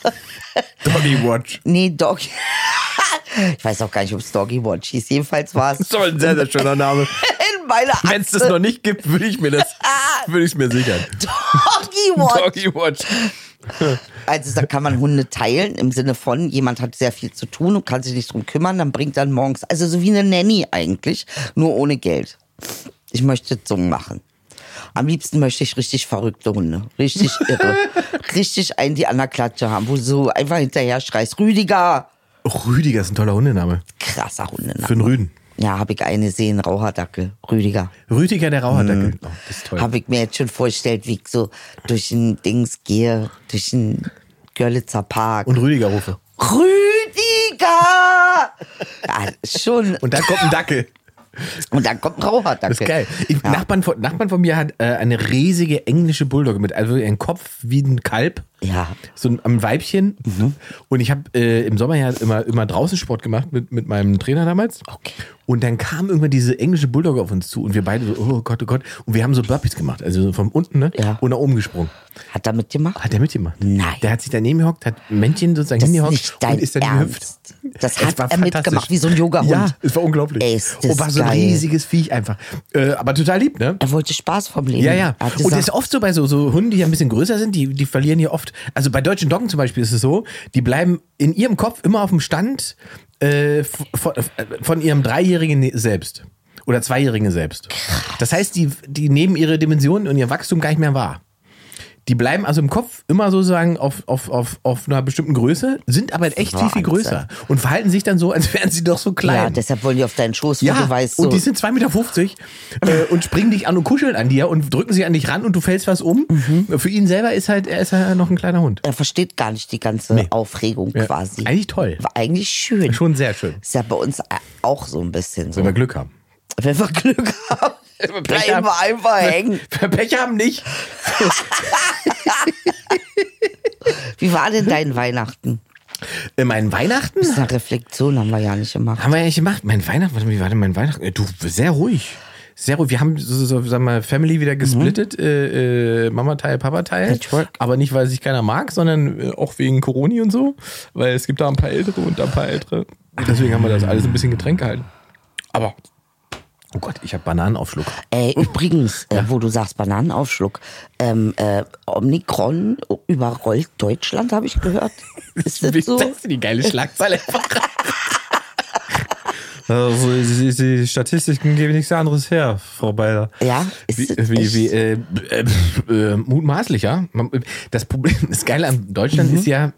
[SPEAKER 5] Doggy Watch.
[SPEAKER 4] Nee, Doggy. Ich weiß auch gar nicht, ob es Doggy Watch hieß. Jedenfalls war es
[SPEAKER 5] Das ist doch ein sehr, sehr schöner Name.
[SPEAKER 4] in meiner
[SPEAKER 5] Wenn es das noch nicht gibt, würde ich mir das würde ich mir sichern.
[SPEAKER 4] Doggy Watch.
[SPEAKER 5] Doggy Watch.
[SPEAKER 4] Also da kann man Hunde teilen im Sinne von, jemand hat sehr viel zu tun und kann sich nicht drum kümmern, dann bringt dann morgens, also so wie eine Nanny eigentlich, nur ohne Geld. Ich möchte so machen. Am liebsten möchte ich richtig verrückte Hunde, richtig irre, richtig einen, die an der Klatsche haben, wo du so einfach hinterher schreist, Rüdiger,
[SPEAKER 5] Rüdiger ist ein toller Hundename.
[SPEAKER 4] krasser
[SPEAKER 5] Für
[SPEAKER 4] Hundename.
[SPEAKER 5] einen Rüden.
[SPEAKER 4] Ja, habe ich eine gesehen, Raucherdackel, Rüdiger.
[SPEAKER 5] Rüdiger der Raucherdackel. Oh, das ist toll.
[SPEAKER 4] Habe ich mir jetzt schon vorgestellt, wie ich so durch ein Dings gehe, durch ein Görlitzer Park.
[SPEAKER 5] Und Rüdiger rufe.
[SPEAKER 4] Rüdiger! Ja, schon.
[SPEAKER 5] Und dann kommt ein Dackel.
[SPEAKER 4] Und dann kommt ein Raucherdackel.
[SPEAKER 5] Das ist geil. Ich, Nachbarn, von, Nachbarn von mir hat äh, eine riesige englische Bulldogge mit, also einen Kopf wie ein Kalb.
[SPEAKER 4] Ja.
[SPEAKER 5] So ein, ein Weibchen.
[SPEAKER 4] Mhm.
[SPEAKER 5] Und ich habe äh, im Sommer ja immer, immer draußen Sport gemacht mit, mit meinem Trainer damals.
[SPEAKER 4] Okay.
[SPEAKER 5] Und dann kam irgendwann diese englische Bulldogge auf uns zu und wir beide so, oh Gott, oh Gott. Und wir haben so Burpees gemacht, also so von unten ne?
[SPEAKER 4] Ja.
[SPEAKER 5] und nach oben gesprungen.
[SPEAKER 4] Hat er mitgemacht?
[SPEAKER 5] Hat der mitgemacht?
[SPEAKER 4] Nein.
[SPEAKER 5] Der hat sich daneben gehockt, hat Männchen sozusagen
[SPEAKER 4] Das ist
[SPEAKER 5] hingehockt
[SPEAKER 4] nicht dein
[SPEAKER 5] und ist dann
[SPEAKER 4] Ernst.
[SPEAKER 5] gehüpft.
[SPEAKER 4] Das
[SPEAKER 5] Es
[SPEAKER 4] hat
[SPEAKER 5] war
[SPEAKER 4] er
[SPEAKER 5] fantastisch.
[SPEAKER 4] mitgemacht, wie so ein Yogahund.
[SPEAKER 5] Ja, es war unglaublich.
[SPEAKER 4] Ey, ist das
[SPEAKER 5] oh, war so ein
[SPEAKER 4] geil.
[SPEAKER 5] riesiges Viech einfach. Äh, aber total lieb, ne?
[SPEAKER 4] Er wollte Spaß vom Leben.
[SPEAKER 5] Ja, ja.
[SPEAKER 4] Er hat
[SPEAKER 5] Und das
[SPEAKER 4] gesagt,
[SPEAKER 5] ist oft so bei so, so Hunden, die ja ein bisschen größer sind, die, die verlieren hier oft. Also bei deutschen Doggen zum Beispiel ist es so, die bleiben in ihrem Kopf immer auf dem Stand äh, f- von, äh, von ihrem Dreijährigen ne- selbst. Oder Zweijährigen selbst. Das heißt, die, die nehmen ihre Dimensionen und ihr Wachstum gar nicht mehr wahr. Die bleiben also im Kopf immer sozusagen auf, auf, auf, auf einer bestimmten Größe, sind aber in echt viel, viel
[SPEAKER 4] Wahnsinn.
[SPEAKER 5] größer und verhalten sich dann so, als wären sie doch so klein.
[SPEAKER 4] ja, deshalb wollen die auf deinen Schoß, wo du weißt, so,
[SPEAKER 5] Und die sind 2,50 Meter äh, und springen dich an und kuscheln an dir und drücken sich an dich ran und du fällst was um.
[SPEAKER 4] Mhm.
[SPEAKER 5] Für ihn selber ist halt, er ist ja noch ein kleiner Hund.
[SPEAKER 4] er versteht gar nicht die ganze Aufregung
[SPEAKER 5] Ja.
[SPEAKER 4] quasi.
[SPEAKER 5] Eigentlich toll.
[SPEAKER 4] War eigentlich schön.
[SPEAKER 5] Schon sehr schön.
[SPEAKER 4] Ist ja bei uns auch so ein bisschen so.
[SPEAKER 5] Wenn wir Glück haben.
[SPEAKER 4] Wenn wir Glück haben,
[SPEAKER 5] Pech haben.
[SPEAKER 4] bleiben wir einfach hängen.
[SPEAKER 5] Wenn wir Pech haben nicht.
[SPEAKER 4] Wie war denn dein Weihnachten?
[SPEAKER 5] Äh, mein Weihnachten?
[SPEAKER 4] Das ist eine Reflexion, haben wir ja nicht gemacht.
[SPEAKER 5] Haben wir ja nicht gemacht. Mein Weihnachten, warte mal, wie war denn mein Weihnachten? Äh, Du, sehr ruhig. Sehr ruhig. Wir haben, so, so, sagen wir, Family wieder gesplittet. Äh, äh, Mama-Teil, Papa-Teil.
[SPEAKER 4] Patchwork.
[SPEAKER 5] Aber nicht, weil sich keiner mag, sondern äh, auch wegen Corona und so. Weil es gibt da ein paar Ältere und da ein paar Ältere. Deswegen haben wir das alles ein bisschen getrennt gehalten. Aber, oh Gott, ich habe Bananenaufschluck.
[SPEAKER 4] Ey, übrigens, äh, wo du sagst Bananenaufschluck, ähm, äh, Omikron überrollt Deutschland, habe ich gehört. Ist das so?
[SPEAKER 5] Das ist die geile Schlagzeile. Also, die, die Statistiken geben nichts anderes her, Frau Beider.
[SPEAKER 4] Ja, ist
[SPEAKER 5] wie,
[SPEAKER 4] es
[SPEAKER 5] wie,
[SPEAKER 4] echt?
[SPEAKER 5] wie, äh, äh, äh, mutmaßlich, ja. Man- Das Problem, das Geile an Deutschland
[SPEAKER 4] Mhm.
[SPEAKER 5] ist ja,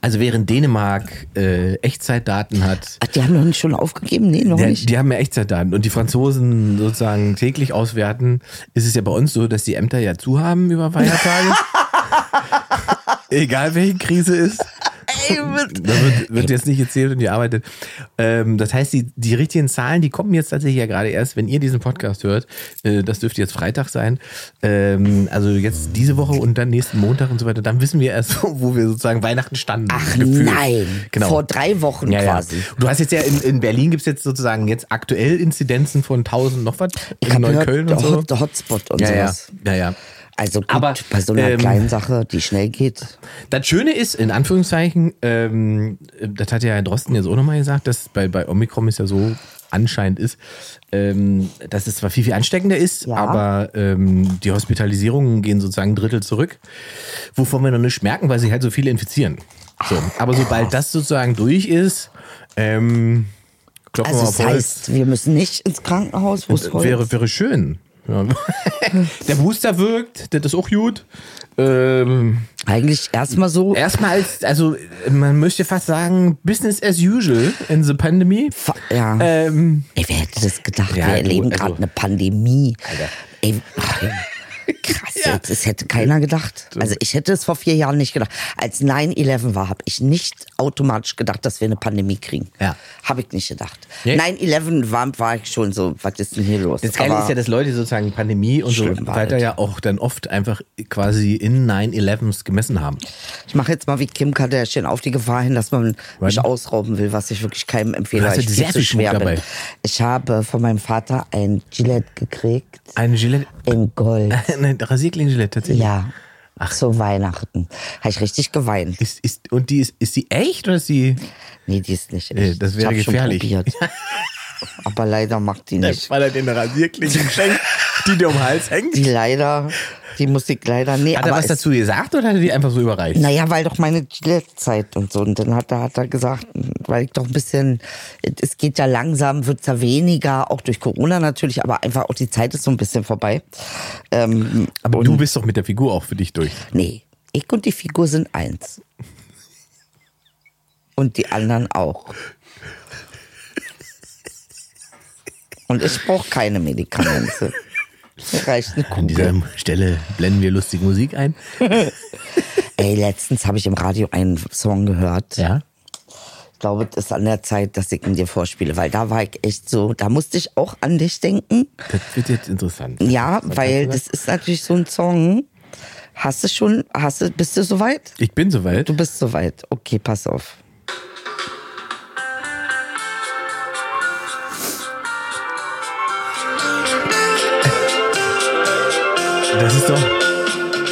[SPEAKER 5] also während Dänemark äh, Echtzeitdaten hat,
[SPEAKER 4] Ach, die haben noch nicht schon aufgegeben? Nee, noch
[SPEAKER 5] ja,
[SPEAKER 4] nicht.
[SPEAKER 5] die haben ja Echtzeitdaten und die Franzosen sozusagen täglich auswerten, ist es ja bei uns so, dass die Ämter ja zu haben über Feiertage. Egal welche Krise ist.
[SPEAKER 4] David.
[SPEAKER 5] Da wird, wird jetzt nicht gezählt und gearbeitet. Ähm, das heißt, die, die richtigen Zahlen, die kommen jetzt tatsächlich ja gerade erst, wenn ihr diesen Podcast hört. Äh, das dürfte jetzt Freitag sein. Ähm, also jetzt diese Woche und dann nächsten Montag und so weiter. Dann wissen wir erst, wo wir sozusagen Weihnachten standen.
[SPEAKER 4] Ach
[SPEAKER 5] Gefühlt.
[SPEAKER 4] nein,
[SPEAKER 5] Genau.
[SPEAKER 4] vor drei Wochen
[SPEAKER 5] ja, ja.
[SPEAKER 4] quasi.
[SPEAKER 5] Du hast jetzt ja in, in Berlin gibt es jetzt sozusagen jetzt aktuell Inzidenzen von 1000 noch was.
[SPEAKER 4] Ich hab
[SPEAKER 5] In Neukölln und
[SPEAKER 4] gehört,
[SPEAKER 5] so.
[SPEAKER 4] Hot, Hotspot und
[SPEAKER 5] Ja, ja.
[SPEAKER 4] sowas.
[SPEAKER 5] ja, ja.
[SPEAKER 4] Also gut,
[SPEAKER 5] Aber,
[SPEAKER 4] bei so einer
[SPEAKER 5] ähm,
[SPEAKER 4] kleinen Sache, die schnell geht.
[SPEAKER 5] Das Schöne ist, in Anführungszeichen, ähm, das hat ja Herr Drosten jetzt auch nochmal gesagt, dass bei, bei Omikron es ja so anscheinend ist, ähm, dass es zwar viel, viel ansteckender ist,
[SPEAKER 4] Ja.
[SPEAKER 5] aber ähm, die Hospitalisierungen gehen sozusagen ein Drittel zurück, wovon wir noch nicht merken, weil sich halt so viele infizieren. So, aber sobald das sozusagen durch ist, ähm, klopfen
[SPEAKER 4] Also
[SPEAKER 5] wir
[SPEAKER 4] das
[SPEAKER 5] auf Holz.
[SPEAKER 4] heißt, wir müssen nicht ins Krankenhaus, wo es
[SPEAKER 5] Wäre,
[SPEAKER 4] rollt.
[SPEAKER 5] wäre schön. Ja. Der Booster wirkt, das ist auch gut. Ähm,
[SPEAKER 4] Eigentlich erstmal so,
[SPEAKER 5] Erstmal, als, also man möchte fast sagen, Business as usual in the pandemie.
[SPEAKER 4] Fa- ja.
[SPEAKER 5] Ähm,
[SPEAKER 4] Ey, wer hätte das gedacht?
[SPEAKER 5] Ja,
[SPEAKER 4] wir
[SPEAKER 5] du,
[SPEAKER 4] erleben
[SPEAKER 5] also-
[SPEAKER 4] gerade eine Pandemie. Ey, ach, krass, jetzt, das hätte keiner gedacht. Also ich hätte es vor vier Jahren nicht gedacht. Als 9-11 war, habe ich nicht automatisch gedacht, dass wir eine Pandemie kriegen.
[SPEAKER 5] Ja.
[SPEAKER 4] Habe ich nicht gedacht.
[SPEAKER 5] Nee.
[SPEAKER 4] 9-11 war, war ich schon so, was ist denn hier los?
[SPEAKER 5] das Geile
[SPEAKER 4] Aber-
[SPEAKER 5] ist ja, dass Leute sozusagen Pandemie und so
[SPEAKER 4] Schlimm war
[SPEAKER 5] weiter
[SPEAKER 4] das.
[SPEAKER 5] ja auch dann oft einfach quasi in 9-11s gemessen haben.
[SPEAKER 4] Ich mache jetzt mal wie Kim Kardashian auf die Gefahr hin, dass man mich
[SPEAKER 5] Wann?
[SPEAKER 4] ausrauben will, was ich wirklich keinem empfehle.
[SPEAKER 5] Du hast
[SPEAKER 4] weil ich
[SPEAKER 5] ja
[SPEAKER 4] viel
[SPEAKER 5] sehr
[SPEAKER 4] zu
[SPEAKER 5] viel Schmuck
[SPEAKER 4] schwer
[SPEAKER 5] dabei.
[SPEAKER 4] bin. Ich habe von meinem Vater ein Gillette gekriegt
[SPEAKER 5] Eine Gillette,
[SPEAKER 4] in Gold.
[SPEAKER 5] eine Rasierklinge-Gillette tatsächlich.
[SPEAKER 4] Ja. Ach. Zu Weihnachten. Habe ich richtig geweint.
[SPEAKER 5] Ist, ist, und die ist, ist die echt oder ist die.
[SPEAKER 4] Nee, die ist nicht.
[SPEAKER 5] Nee,
[SPEAKER 4] echt.
[SPEAKER 5] das wäre
[SPEAKER 4] ich hab
[SPEAKER 5] gefährlich.
[SPEAKER 4] Schon probiert. Aber leider macht die nicht.
[SPEAKER 5] Weil er dir eine Rasierklinge schenkt, die dir um den Hals hängt.
[SPEAKER 4] Die leider, die muss ich leider. Nee,
[SPEAKER 5] Hat
[SPEAKER 4] aber
[SPEAKER 5] er was
[SPEAKER 4] es-
[SPEAKER 5] dazu gesagt oder hat er die einfach so überreicht?
[SPEAKER 4] Naja, weil doch meine Gillette-Zeit und so. Und dann hat er, hat er gesagt, weil ich doch ein bisschen, es geht ja langsam, wird's ja weniger, auch durch Corona natürlich, aber einfach auch die Zeit ist so ein bisschen vorbei. Ähm,
[SPEAKER 5] Aber du bist doch mit der Figur auch für dich durch.
[SPEAKER 4] nee, ich und die Figur sind eins. Und die anderen auch. Und ich brauche keine Medikamente. Mir reicht eine
[SPEAKER 5] An dieser
[SPEAKER 4] Kugel.
[SPEAKER 5] Stelle blenden wir lustige Musik ein.
[SPEAKER 4] Ey, letztens habe ich im Radio einen Song gehört.
[SPEAKER 5] Ja.
[SPEAKER 4] Ich glaube, es ist an der Zeit, dass ich ihn dir vorspiele, weil da war ich echt so, da musste ich auch an dich denken.
[SPEAKER 5] Das wird jetzt interessant.
[SPEAKER 4] Ja,
[SPEAKER 5] Was
[SPEAKER 4] weil
[SPEAKER 5] hast du
[SPEAKER 4] das ist natürlich so ein Song. Hast du schon, hast du, bist du soweit?
[SPEAKER 5] Ich bin soweit.
[SPEAKER 4] Du bist soweit. Okay, pass auf.
[SPEAKER 5] Das ist doch.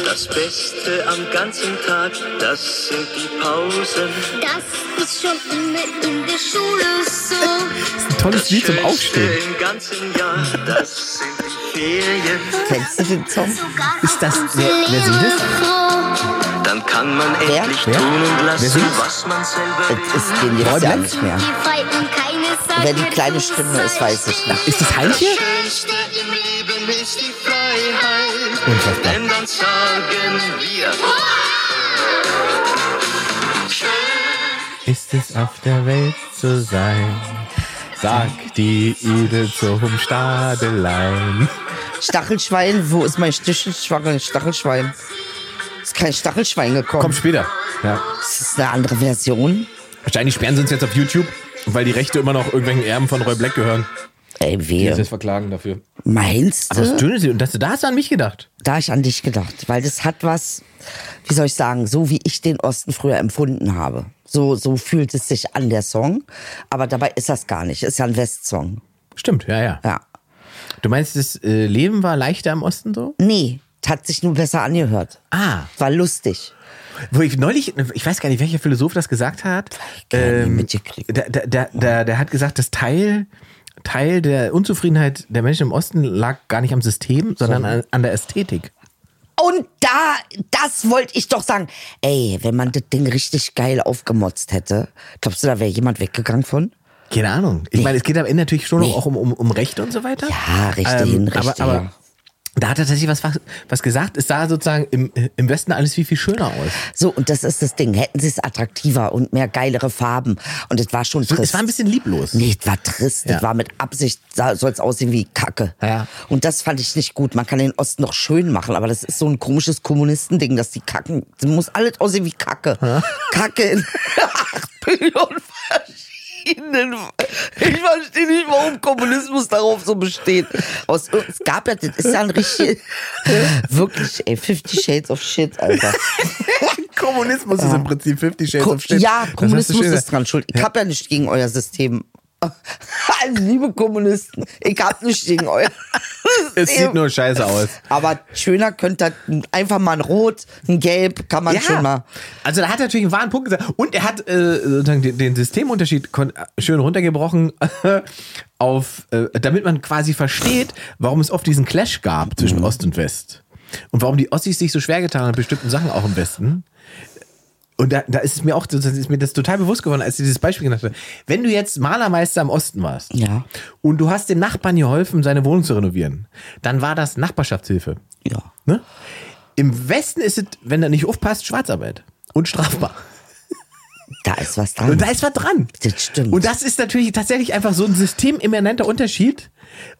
[SPEAKER 2] Das Beste am ganzen Tag, das sind die Pausen.
[SPEAKER 6] Das ist schon immer in der Schule so.
[SPEAKER 5] Tolles
[SPEAKER 2] Das
[SPEAKER 5] Lied zum
[SPEAKER 2] Schönste
[SPEAKER 5] Aufstehen.
[SPEAKER 2] im ganzen Jahr, das sind die Ferien.
[SPEAKER 4] Kennst du den Song?
[SPEAKER 5] Ist das- wer- wer singt das?
[SPEAKER 2] Dann kann man
[SPEAKER 4] Wer?
[SPEAKER 2] endlich
[SPEAKER 5] Wer?
[SPEAKER 2] tun und lassen,
[SPEAKER 5] singt's?
[SPEAKER 2] was man selber
[SPEAKER 4] Es
[SPEAKER 2] will.
[SPEAKER 4] ist den jetzt ja
[SPEAKER 5] Räumen?
[SPEAKER 4] nicht mehr. Wer die kleine Stimme ist, weiß ich nicht.
[SPEAKER 5] Ist das Heintje?
[SPEAKER 2] Schönste im Leben ist die Freiheit.
[SPEAKER 5] Unfassbar.
[SPEAKER 2] Denn dann sagen wir,
[SPEAKER 5] Ist es auf der Welt zu sein? Sag die Ide zum Stadelein.
[SPEAKER 4] Stachelschwein, wo ist mein Stachelschwein? Stachelschwein. Ist kein Stachelschwein gekommen.
[SPEAKER 5] Kommt später. Ja.
[SPEAKER 4] Das ist eine andere Version.
[SPEAKER 5] Wahrscheinlich sperren sie uns jetzt auf YouTube, weil die Rechte immer noch irgendwelchen Erben von Roy Black gehören.
[SPEAKER 4] Ey,
[SPEAKER 5] Die uns
[SPEAKER 4] wehe.
[SPEAKER 5] jetzt verklagen dafür.
[SPEAKER 4] Meinst du?
[SPEAKER 5] Aber das Schöne ist, und das, da hast du an mich gedacht.
[SPEAKER 4] da hab ich an dich gedacht, weil das hat was, wie soll ich sagen, so wie ich den Osten früher empfunden habe. So, so fühlt es sich an, der Song. Aber dabei ist das gar nicht. Ist ja ein Westsong.
[SPEAKER 5] Stimmt, ja, ja.
[SPEAKER 4] Ja.
[SPEAKER 5] Du meinst, das äh, Leben war leichter im Osten so?
[SPEAKER 4] Nee, hat sich nur besser angehört.
[SPEAKER 5] Ah.
[SPEAKER 4] War lustig.
[SPEAKER 5] Wo ich neulich, ich weiß gar nicht, welcher Philosoph das gesagt hat.
[SPEAKER 4] Ich hab nie
[SPEAKER 5] Ähm,
[SPEAKER 4] mitgekriegt.
[SPEAKER 5] da, da, da, da, der hat gesagt, das Teil, Teil der Unzufriedenheit der Menschen im Osten lag gar nicht am System, sondern an, an der Ästhetik.
[SPEAKER 4] Und da, das wollte ich doch sagen. Ey, wenn man das Ding richtig geil aufgemotzt hätte, glaubst du, da wäre jemand weggegangen von?
[SPEAKER 5] Keine Ahnung. Ich meine, es geht am Ende natürlich schon auch um, um, um Recht und so weiter.
[SPEAKER 4] Ja, Rechte hin, Rechte
[SPEAKER 5] aber, aber
[SPEAKER 4] her.
[SPEAKER 5] Da hat er tatsächlich was, was gesagt. Es sah sozusagen im, im Westen alles viel, viel schöner aus.
[SPEAKER 4] So, und das ist das Ding. Hätten sie es attraktiver und mehr geilere Farben. Und es war schon trist.
[SPEAKER 5] Es war ein bisschen lieblos.
[SPEAKER 4] Nee, es war trist.
[SPEAKER 5] Ja.
[SPEAKER 4] Es war mit Absicht, soll es aussehen wie Kacke.
[SPEAKER 5] Ja.
[SPEAKER 4] Und das fand ich nicht gut. Man kann den Osten noch schön machen, aber das ist so ein komisches Kommunistending, dass die kacken. Das muss alles aussehen wie Kacke. Kacke in acht Billionen verschiedenen. Ich verstehe nicht, warum Kommunismus darauf so besteht. Aus, ir- es gab ja, das ist ja ein richtig, wirklich, ey, 50 Shades of Shit, Alter.
[SPEAKER 5] Kommunismus ist im Prinzip 50 Shades
[SPEAKER 4] Ko-
[SPEAKER 5] of Shit.
[SPEAKER 4] Ja,
[SPEAKER 5] Das hast du
[SPEAKER 4] Kommunismus
[SPEAKER 5] schön-
[SPEAKER 4] ist dran schuld. Ich hab ja nichts gegen euer System. Also, liebe Kommunisten, ich hab nichts gegen euer System.
[SPEAKER 5] Es sieht nur scheiße aus.
[SPEAKER 4] Aber schöner könnte das einfach mal ein Rot, ein Gelb, kann man schon mal.
[SPEAKER 5] Also da hat er natürlich einen wahren Punkt gesagt. Und er hat äh, sozusagen den, den Systemunterschied kon- schön runtergebrochen auf, äh, damit man quasi versteht, warum es oft diesen Clash gab
[SPEAKER 4] Mhm.
[SPEAKER 5] zwischen Ost und West. Und warum die Ossis sich so schwer getan haben, mit bestimmten Sachen auch im Westen. Und da, da ist es mir auch, das ist mir das total bewusst geworden, als ich dieses Beispiel genannt habe. Wenn du jetzt Malermeister im Osten warst
[SPEAKER 4] Ja.
[SPEAKER 5] und du hast dem Nachbarn geholfen, seine Wohnung zu renovieren, dann war das Nachbarschaftshilfe.
[SPEAKER 4] Ja.
[SPEAKER 5] Ne? Im Westen ist es, wenn er nicht aufpasst, Schwarzarbeit. Und strafbar.
[SPEAKER 4] Da ist was
[SPEAKER 5] Und
[SPEAKER 4] dran.
[SPEAKER 5] da ist was dran.
[SPEAKER 4] Das stimmt.
[SPEAKER 5] Und das ist natürlich tatsächlich einfach so ein systemimmanenter Unterschied,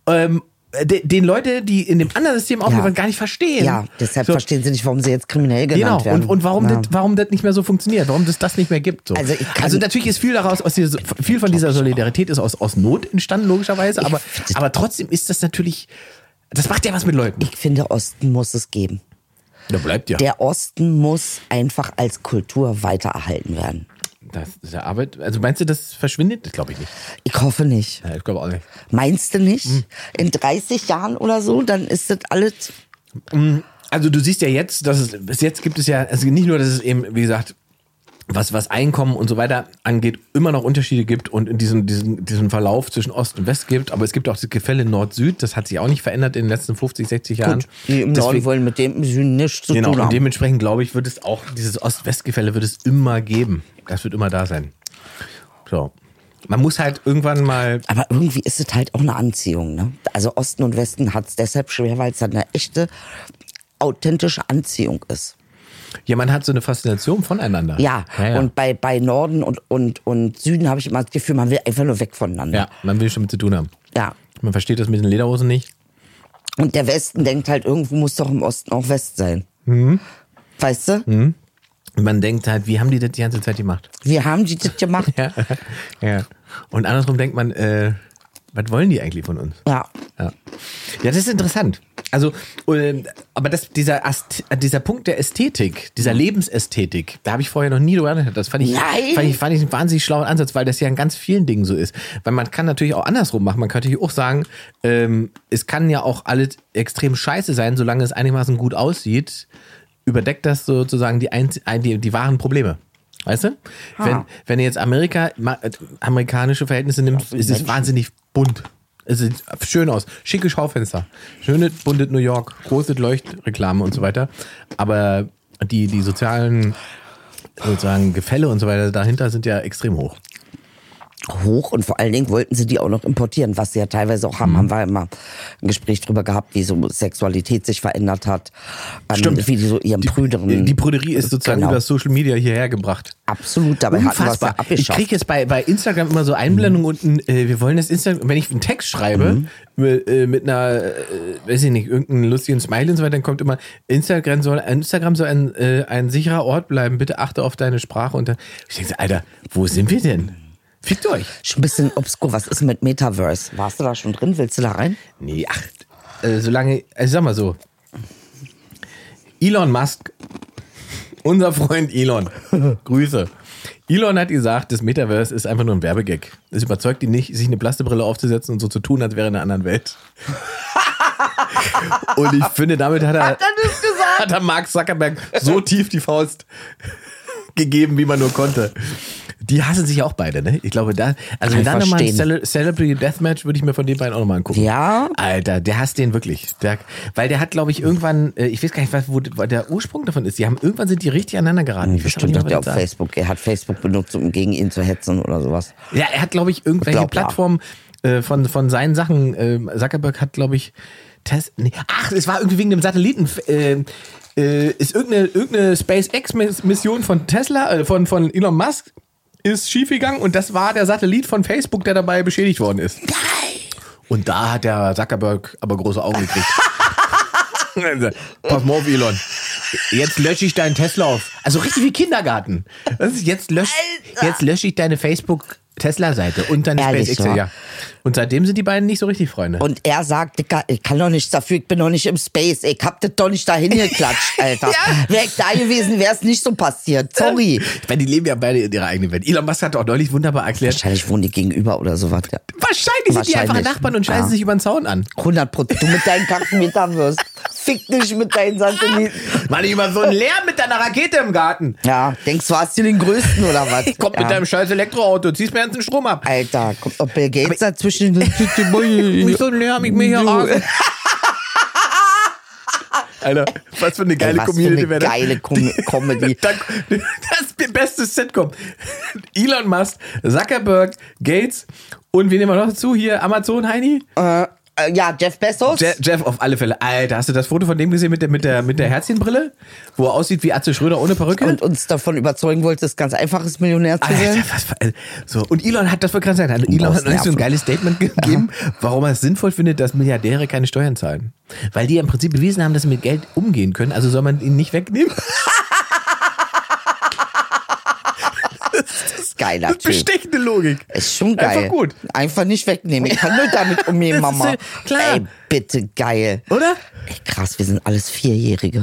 [SPEAKER 5] ähm, de, den Leute, die in dem anderen System aufgewacht gar nicht verstehen.
[SPEAKER 4] ja, deshalb
[SPEAKER 5] so,
[SPEAKER 4] verstehen sie nicht, warum sie jetzt kriminell
[SPEAKER 5] Genau,
[SPEAKER 4] genannt werden.
[SPEAKER 5] und, und warum,
[SPEAKER 4] ja.
[SPEAKER 5] das, warum das nicht mehr so funktioniert, warum das das nicht mehr gibt. So.
[SPEAKER 4] Also ich kann-
[SPEAKER 5] also natürlich ist viel daraus, aus dieser, viel von dieser Solidarität ist aus, aus Not entstanden, logischerweise, aber, aber trotzdem ist das natürlich, das macht ja was mit Leuten.
[SPEAKER 4] Ich finde, Osten muss es geben.
[SPEAKER 5] Da bleibt ja.
[SPEAKER 4] Der Osten muss einfach als Kultur weitererhalten werden.
[SPEAKER 5] Das ist ja Arbeit. Also meinst du, das verschwindet? Das glaube ich nicht.
[SPEAKER 4] Ich hoffe nicht.
[SPEAKER 5] Ja, ich glaube auch nicht.
[SPEAKER 4] Meinst du nicht?
[SPEAKER 5] Hm.
[SPEAKER 4] In 30 Jahren oder so, dann ist das alles
[SPEAKER 5] Also du siehst ja jetzt, dass es bis jetzt gibt es ja also nicht nur, dass es eben wie gesagt was, was Einkommen und so weiter angeht, immer noch Unterschiede gibt und in diesem, diesem, diesem Verlauf zwischen Ost und West gibt. Aber es gibt auch das Gefälle Nord-Süd. Das hat sich auch nicht verändert in den letzten 50, 60 Jahren.
[SPEAKER 4] Gut, die im Norden
[SPEAKER 5] Deswegen-
[SPEAKER 4] wollen mit dem im Süden nichts zu
[SPEAKER 5] genau,
[SPEAKER 4] tun
[SPEAKER 5] und
[SPEAKER 4] haben.
[SPEAKER 5] dementsprechend glaube ich, wird es auch, dieses Ost-West-Gefälle wird es immer geben. Das wird immer da sein. So. Man muss halt irgendwann mal
[SPEAKER 4] Aber irgendwie ist es halt auch eine Anziehung. Ne? Also Osten und Westen hat es deshalb schwer, weil es halt eine echte, authentische Anziehung ist.
[SPEAKER 5] Ja, man hat so eine Faszination voneinander.
[SPEAKER 4] Ja, und bei, bei Norden und, und, und Süden habe ich immer das Gefühl, man will einfach nur weg voneinander.
[SPEAKER 5] ja, man will schon mit zu tun haben.
[SPEAKER 4] Ja.
[SPEAKER 5] Man versteht das mit den Lederhosen nicht.
[SPEAKER 4] Und der Westen denkt halt, irgendwo muss doch im Osten auch West sein.
[SPEAKER 5] Mhm.
[SPEAKER 4] Weißt du?
[SPEAKER 5] Und man denkt halt, wie haben die das die ganze Zeit gemacht?
[SPEAKER 4] Wir haben die das gemacht.
[SPEAKER 5] Ja. ja. Und andersrum denkt man, äh, was wollen die eigentlich von uns?
[SPEAKER 4] ja.
[SPEAKER 5] Ja. Ja, das ist interessant. Also, ähm, aber das, dieser, Ast, äh, dieser Punkt der Ästhetik, dieser Lebensästhetik, da habe ich vorher noch nie drüber nachgedacht. Das fand ich,
[SPEAKER 4] Nein!
[SPEAKER 5] fand ich, fand ich einen wahnsinnig schlauen Ansatz, weil das ja in ganz vielen Dingen so ist. Weil man kann natürlich auch andersrum machen. Man könnte natürlich auch sagen, ähm, es kann ja auch alles extrem scheiße sein, solange es einigermaßen gut aussieht, überdeckt das sozusagen die, einz- ein, die, die wahren Probleme. Weißt du? Wenn, wenn ihr jetzt Amerika, ma, äh, amerikanische Verhältnisse nimmt, ist es
[SPEAKER 4] Menschen.
[SPEAKER 5] wahnsinnig bunt. Es sieht schön aus. Schicke Schaufenster. Schöne, bunte New York. Große Leuchtreklame und so weiter. Aber die, die sozialen sozusagen Gefälle und so weiter dahinter sind ja extrem hoch.
[SPEAKER 4] hoch und vor allen Dingen wollten sie die auch noch importieren, was sie ja teilweise auch haben.
[SPEAKER 5] Mhm.
[SPEAKER 4] Haben wir immer ein Gespräch drüber gehabt, wie so Sexualität sich verändert hat. Ähm, Wie die so ihren Brüderen.
[SPEAKER 5] Die Prüderie ist sozusagen
[SPEAKER 4] Genau.
[SPEAKER 5] über Social Media hierher gebracht.
[SPEAKER 4] Absolut, dabei hatten wir es ja
[SPEAKER 5] Unfassbar. ich
[SPEAKER 4] abgeschafft. Mhm.
[SPEAKER 5] kriege jetzt bei, bei Instagram immer so Einblendungen unten, äh, wir wollen das Instagram, wenn ich einen Text schreibe, mit, äh, mit einer, äh, weiß ich nicht, irgendeinen lustigen Smiley und so weiter, dann kommt immer, Instagram soll, Instagram soll ein, äh, ein sicherer Ort bleiben, bitte achte auf deine Sprache und dann, ich denke, so, Alter, wo sind wir denn? Fickt euch.
[SPEAKER 4] Schon ein bisschen obskur. Was ist mit Metaverse? Warst du da schon drin? Willst du da rein?
[SPEAKER 5] Nee, ach, äh, solange, also sag mal so, Elon Musk, unser Freund Elon, Grüße. Elon hat gesagt, das Metaverse ist einfach nur ein Werbegag. Es überzeugt ihn nicht, sich eine Plastebrille aufzusetzen und so zu tun, als wäre er in einer anderen Welt. und ich finde, damit hat er, hat er, das gesagt? Hat er Mark Zuckerberg so tief die Faust gegeben, wie man nur konnte. Die hassen sich auch beide, ne? Ich glaube, da, also
[SPEAKER 4] Kann
[SPEAKER 5] wenn
[SPEAKER 4] ich
[SPEAKER 5] dann nochmal ein
[SPEAKER 4] verstehen.
[SPEAKER 5] Cele Celebrity Deathmatch würde ich mir von den beiden auch nochmal angucken.
[SPEAKER 4] Ja.
[SPEAKER 5] Alter, der hasst den wirklich. Der, weil der hat, glaube ich, irgendwann, äh, ich weiß gar nicht, was, wo wo der Ursprung davon ist. Die haben irgendwann sind die richtig aneinander geraten. Ich weiß aber nicht,
[SPEAKER 4] Bestimmt hat
[SPEAKER 5] was
[SPEAKER 4] er
[SPEAKER 5] das
[SPEAKER 4] auf
[SPEAKER 5] sagt.
[SPEAKER 4] Facebook. Er hat Facebook benutzt, um gegen ihn zu hetzen oder sowas.
[SPEAKER 5] Ja, er hat, glaube ich, irgendwelche
[SPEAKER 4] glaub, ja.
[SPEAKER 5] Plattformen äh, von, von seinen Sachen. ähm, Zuckerberg äh, hat, glaube ich, Tes nee. Ach, es war irgendwie wegen dem Satelliten. Äh, äh, ist irgendeine, irgendeine SpaceX-Mission von Tesla, äh, von, von Elon Musk, ist schiefgegangen und das war der Satellit von Facebook, der dabei beschädigt worden ist. Nein. Und da hat der Zuckerberg aber große Augen gekriegt. Also, Pass mal auf, Elon. Jetzt lösche ich deinen Tesla auf. Also richtig wie Kindergarten. Das ist jetzt lösche jetzt lösche ich deine Facebook Tesla Seite und deine
[SPEAKER 4] Ehrlich,
[SPEAKER 5] SpaceX
[SPEAKER 4] wa?
[SPEAKER 5] ja. Und seitdem sind die beiden nicht so richtig Freunde.
[SPEAKER 4] Und er sagt, Dicker, ich kann doch nichts dafür, ich bin doch nicht im Space, ich hab das doch nicht dahin geklatscht, Alter. Wäre ich da gewesen, wäre es nicht so passiert. Sorry.
[SPEAKER 5] ich meine, die leben ja beide in ihrer eigenen Welt. Elon Musk hat auch neulich wunderbar erklärt.
[SPEAKER 4] Wahrscheinlich wohnen die gegenüber oder sowas. ja.
[SPEAKER 5] Wahrscheinlich sind die einfach
[SPEAKER 4] Wahrscheinlich.
[SPEAKER 5] Nachbarn und scheißen
[SPEAKER 4] Ja.
[SPEAKER 5] sich über den Zaun an.
[SPEAKER 4] 100 Prozent. Du mit deinen kranken Metern wirst. Fick dich mit deinen Satelliten.
[SPEAKER 5] Mann, über so einen Lärm mit deiner Rakete im Garten.
[SPEAKER 4] Ja, denkst du, hast du den größten oder was?
[SPEAKER 5] Kommt
[SPEAKER 4] ja.
[SPEAKER 5] mit deinem scheiß Elektroauto, ziehst mir ganzen Strom ab.
[SPEAKER 4] Alter, kommt doch Bill Gates dazwischen.
[SPEAKER 5] Nicht so ein Lärm, ich mir hier raus. Alter, was für eine geile
[SPEAKER 4] was für
[SPEAKER 5] Community
[SPEAKER 4] eine
[SPEAKER 5] wäre das?
[SPEAKER 4] geile Com Comedy.
[SPEAKER 5] Da- Das ist die beste Sitcom. Elon Musk, Zuckerberg, Gates und wen nehmen wir noch dazu? Hier Amazon Heini?
[SPEAKER 4] äh, äh, ja, Jeff Bezos.
[SPEAKER 5] Je Jeff auf alle Fälle. Alter, hast du das Foto von dem gesehen mit der, mit der, mit der Herzchenbrille? Wo er aussieht wie Atze Schröder ohne Perücke?
[SPEAKER 4] und uns davon überzeugen wollte, das ganz einfaches Millionär zu
[SPEAKER 5] Alter,
[SPEAKER 4] werden.
[SPEAKER 5] Ah, was, war- so. Und Elon hat das wohl ganz sein. Elon hat neulich so ein geiles Statement gegeben, warum er es sinnvoll findet, dass Milliardäre keine Steuern zahlen. Weil die ja im Prinzip bewiesen haben, dass sie mit Geld umgehen können, also soll man ihnen nicht wegnehmen.
[SPEAKER 4] Geiler
[SPEAKER 5] Das ist
[SPEAKER 4] Typ.
[SPEAKER 5] bestechende Logik.
[SPEAKER 4] Ist schon geil.
[SPEAKER 5] Einfach gut.
[SPEAKER 4] Einfach nicht wegnehmen. Ich kann nur damit umgehen,
[SPEAKER 5] Das ist
[SPEAKER 4] Mama.
[SPEAKER 5] ja klar.
[SPEAKER 4] Ey, bitte geil.
[SPEAKER 5] Oder?
[SPEAKER 4] Ey, krass, wir sind alles Vierjährige.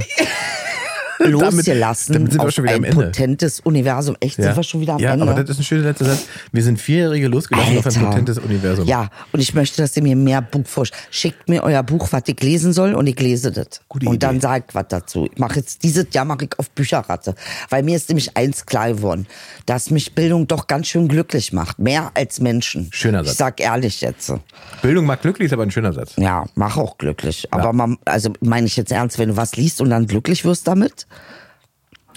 [SPEAKER 5] damit
[SPEAKER 4] Losgelassen
[SPEAKER 5] sind wir
[SPEAKER 4] auf
[SPEAKER 5] schon wieder am
[SPEAKER 4] ein
[SPEAKER 5] Ende.
[SPEAKER 4] potentes Universum. Echt, sind wir schon wieder am
[SPEAKER 5] ja,
[SPEAKER 4] Ende.
[SPEAKER 5] aber das ist ein schöner letzter Satz. Wir sind Vierjährige losgelassen auf ein
[SPEAKER 4] Alter.
[SPEAKER 5] potentes Universum.
[SPEAKER 4] Ja, und ich möchte, dass ihr mir mehr Buch vorschlägt. Schickt mir euer Buch, was ich lesen soll, und ich lese das.
[SPEAKER 5] Gute Idee.
[SPEAKER 4] und dann sag ich was dazu. Ich mache jetzt dieses Jahr mache ich auf Bücherratte. Weil mir ist nämlich eins klar geworden, dass mich Bildung doch ganz schön glücklich macht. Mehr als Menschen.
[SPEAKER 5] Schöner Satz.
[SPEAKER 4] Ich sag ehrlich jetzt.
[SPEAKER 5] Bildung macht glücklich, ist aber ein schöner Satz.
[SPEAKER 4] Ja, mach auch glücklich. Aber man, also meine ich jetzt ernst, wenn du was liest und dann glücklich wirst damit,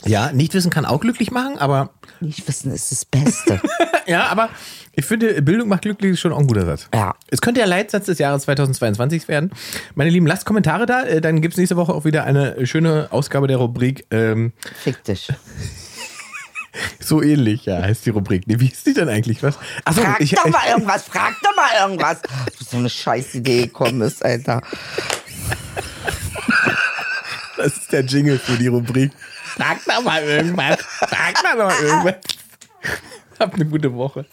[SPEAKER 5] Ja, nicht wissen kann auch glücklich machen, aber
[SPEAKER 4] nicht wissen ist das Beste.
[SPEAKER 5] ja, aber ich finde, Bildung macht glücklich ist schon auch ein guter Satz.
[SPEAKER 4] Ja.
[SPEAKER 5] Es könnte der Leitsatz des Jahres 2022 werden. Meine Lieben, lasst Kommentare da, äh, dann gibt's nächste Woche auch wieder eine schöne Ausgabe der Rubrik. Ähm,
[SPEAKER 4] Fick dich.
[SPEAKER 5] so ähnlich, ja, heißt die Rubrik. Nee, wie ist die denn eigentlich? Was? Achso,
[SPEAKER 4] Frag
[SPEAKER 5] ich,
[SPEAKER 4] doch mal irgendwas, frag doch mal irgendwas. Ob So eine scheiß Idee gekommen ist, Alter.
[SPEAKER 5] das ist der Jingle für die Rubrik. Frag doch mal irgendwas. Frag doch mal irgendwas. Habt eine gute Woche.